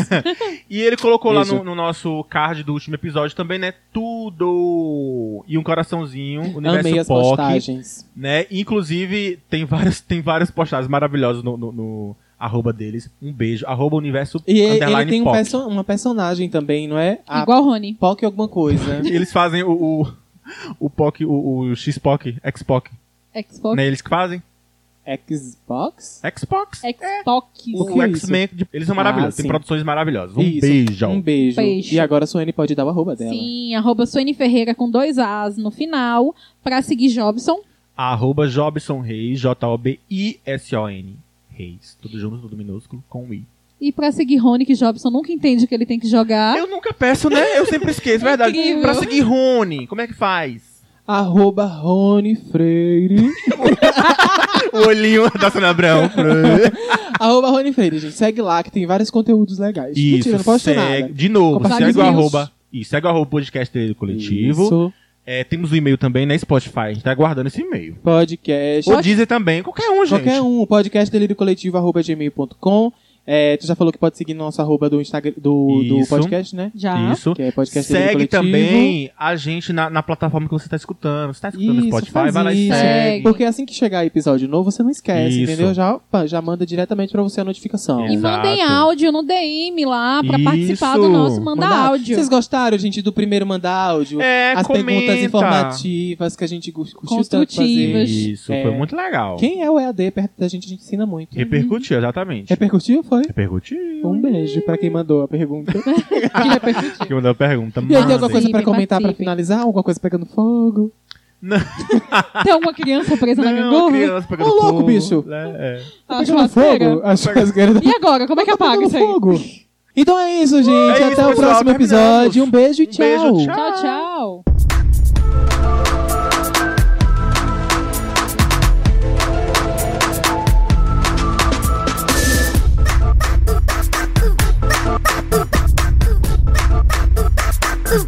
E ele colocou lá Beijo. no, no nosso card do último episódio também, né? Tudo! E um coraçãozinho, Universo Amei as POC. postagens. né? Inclusive, tem várias, tem várias postagens maravilhosas no, no- no arroba deles. Um beijo. Arroba universo E ele- ele underline tem um pop. perso- uma personagem também, não é? Ah. A Igual o Rony. POC alguma coisa. E Eles fazem o, o, o POC, o, o X-POC, X-POC. Xbox. Né? Eles que fazem? Xbox? X-POC. Xbox. É O que O é X-Men. de- Eles são Ah, maravilhosos. sim. tem produções maravilhosas. Um Isso. beijo. Um beijo. Beijo. E agora a Suene pode dar o arroba É. dela. Sim, arroba Suene Ferreira com dois As no final, pra seguir Jobson. Arroba Jobson Reis, J-O-B-I-S-O-N. Reis. Tudo junto, tudo minúsculo, com um I. E pra seguir Rony, que Jobson nunca entende o que ele tem que Ah? jogar. Eu nunca peço, né? Eu sempre esqueço, verdade. Incrível. Pra seguir Rony, como é que faz? Arroba Rony Freire. O olhinho da Sônia Abrão. arroba Rony Freire, gente. Segue lá que tem vários conteúdos legais. Mentira, não posta nada. De novo, Compartilha segue o os arroba. Isso, segue o arroba podcast dele coletivo. Isso. É, temos o e-mail também, né? Spotify. A gente tá aguardando esse e-mail. Podcast. O Deezer também, qualquer um, gente. Qualquer um, podcast delírio coletivo, arroba gmail.com. É, tu já falou que pode seguir nosso arroba do Instagram do, do Isso. podcast, né? Já. Isso. Que é podcast Segue Delírio Coletivo. também a gente na, na plataforma que você tá escutando. Você tá escutando Isso, no Spotify, faz vai lá e isso. segue. Porque assim que chegar episódio novo, você não esquece, Isso. entendeu? Já, opa, já manda diretamente pra você a notificação. E Exato. mandem áudio no DM lá pra Isso. participar do nosso Manda, Mandar- Áudio. Vocês gostaram, gente, do primeiro mandar áudio? É, As comenta. perguntas informativas que a gente gu- curtiu tanto fazer. Construtivas. Isso, É. foi muito legal. Quem é o EAD perto da gente, a gente ensina muito. Repercutiu, exatamente. Repercutiu, foi? Repercutiu. Um beijo pra quem mandou a pergunta. Que repercutiu. Que mandou a pergunta. E aí, tem alguma mandem. coisa pra Participem, comentar pra participem. finalizar? Alguma coisa pegando fogo? Tem alguma criança presa na Não, gangorra? criança pegando Ô, louco, fogo, bicho. né? É. A pegando churrasqueira? Tá fogo? A churrasqueira E agora, como é que Tá apaga pegando isso aí? fogo. Então é isso, gente. É Até isso, o pessoal. próximo Terminamos. episódio. Um beijo e Um beijo, tchau. Tchau, tchau.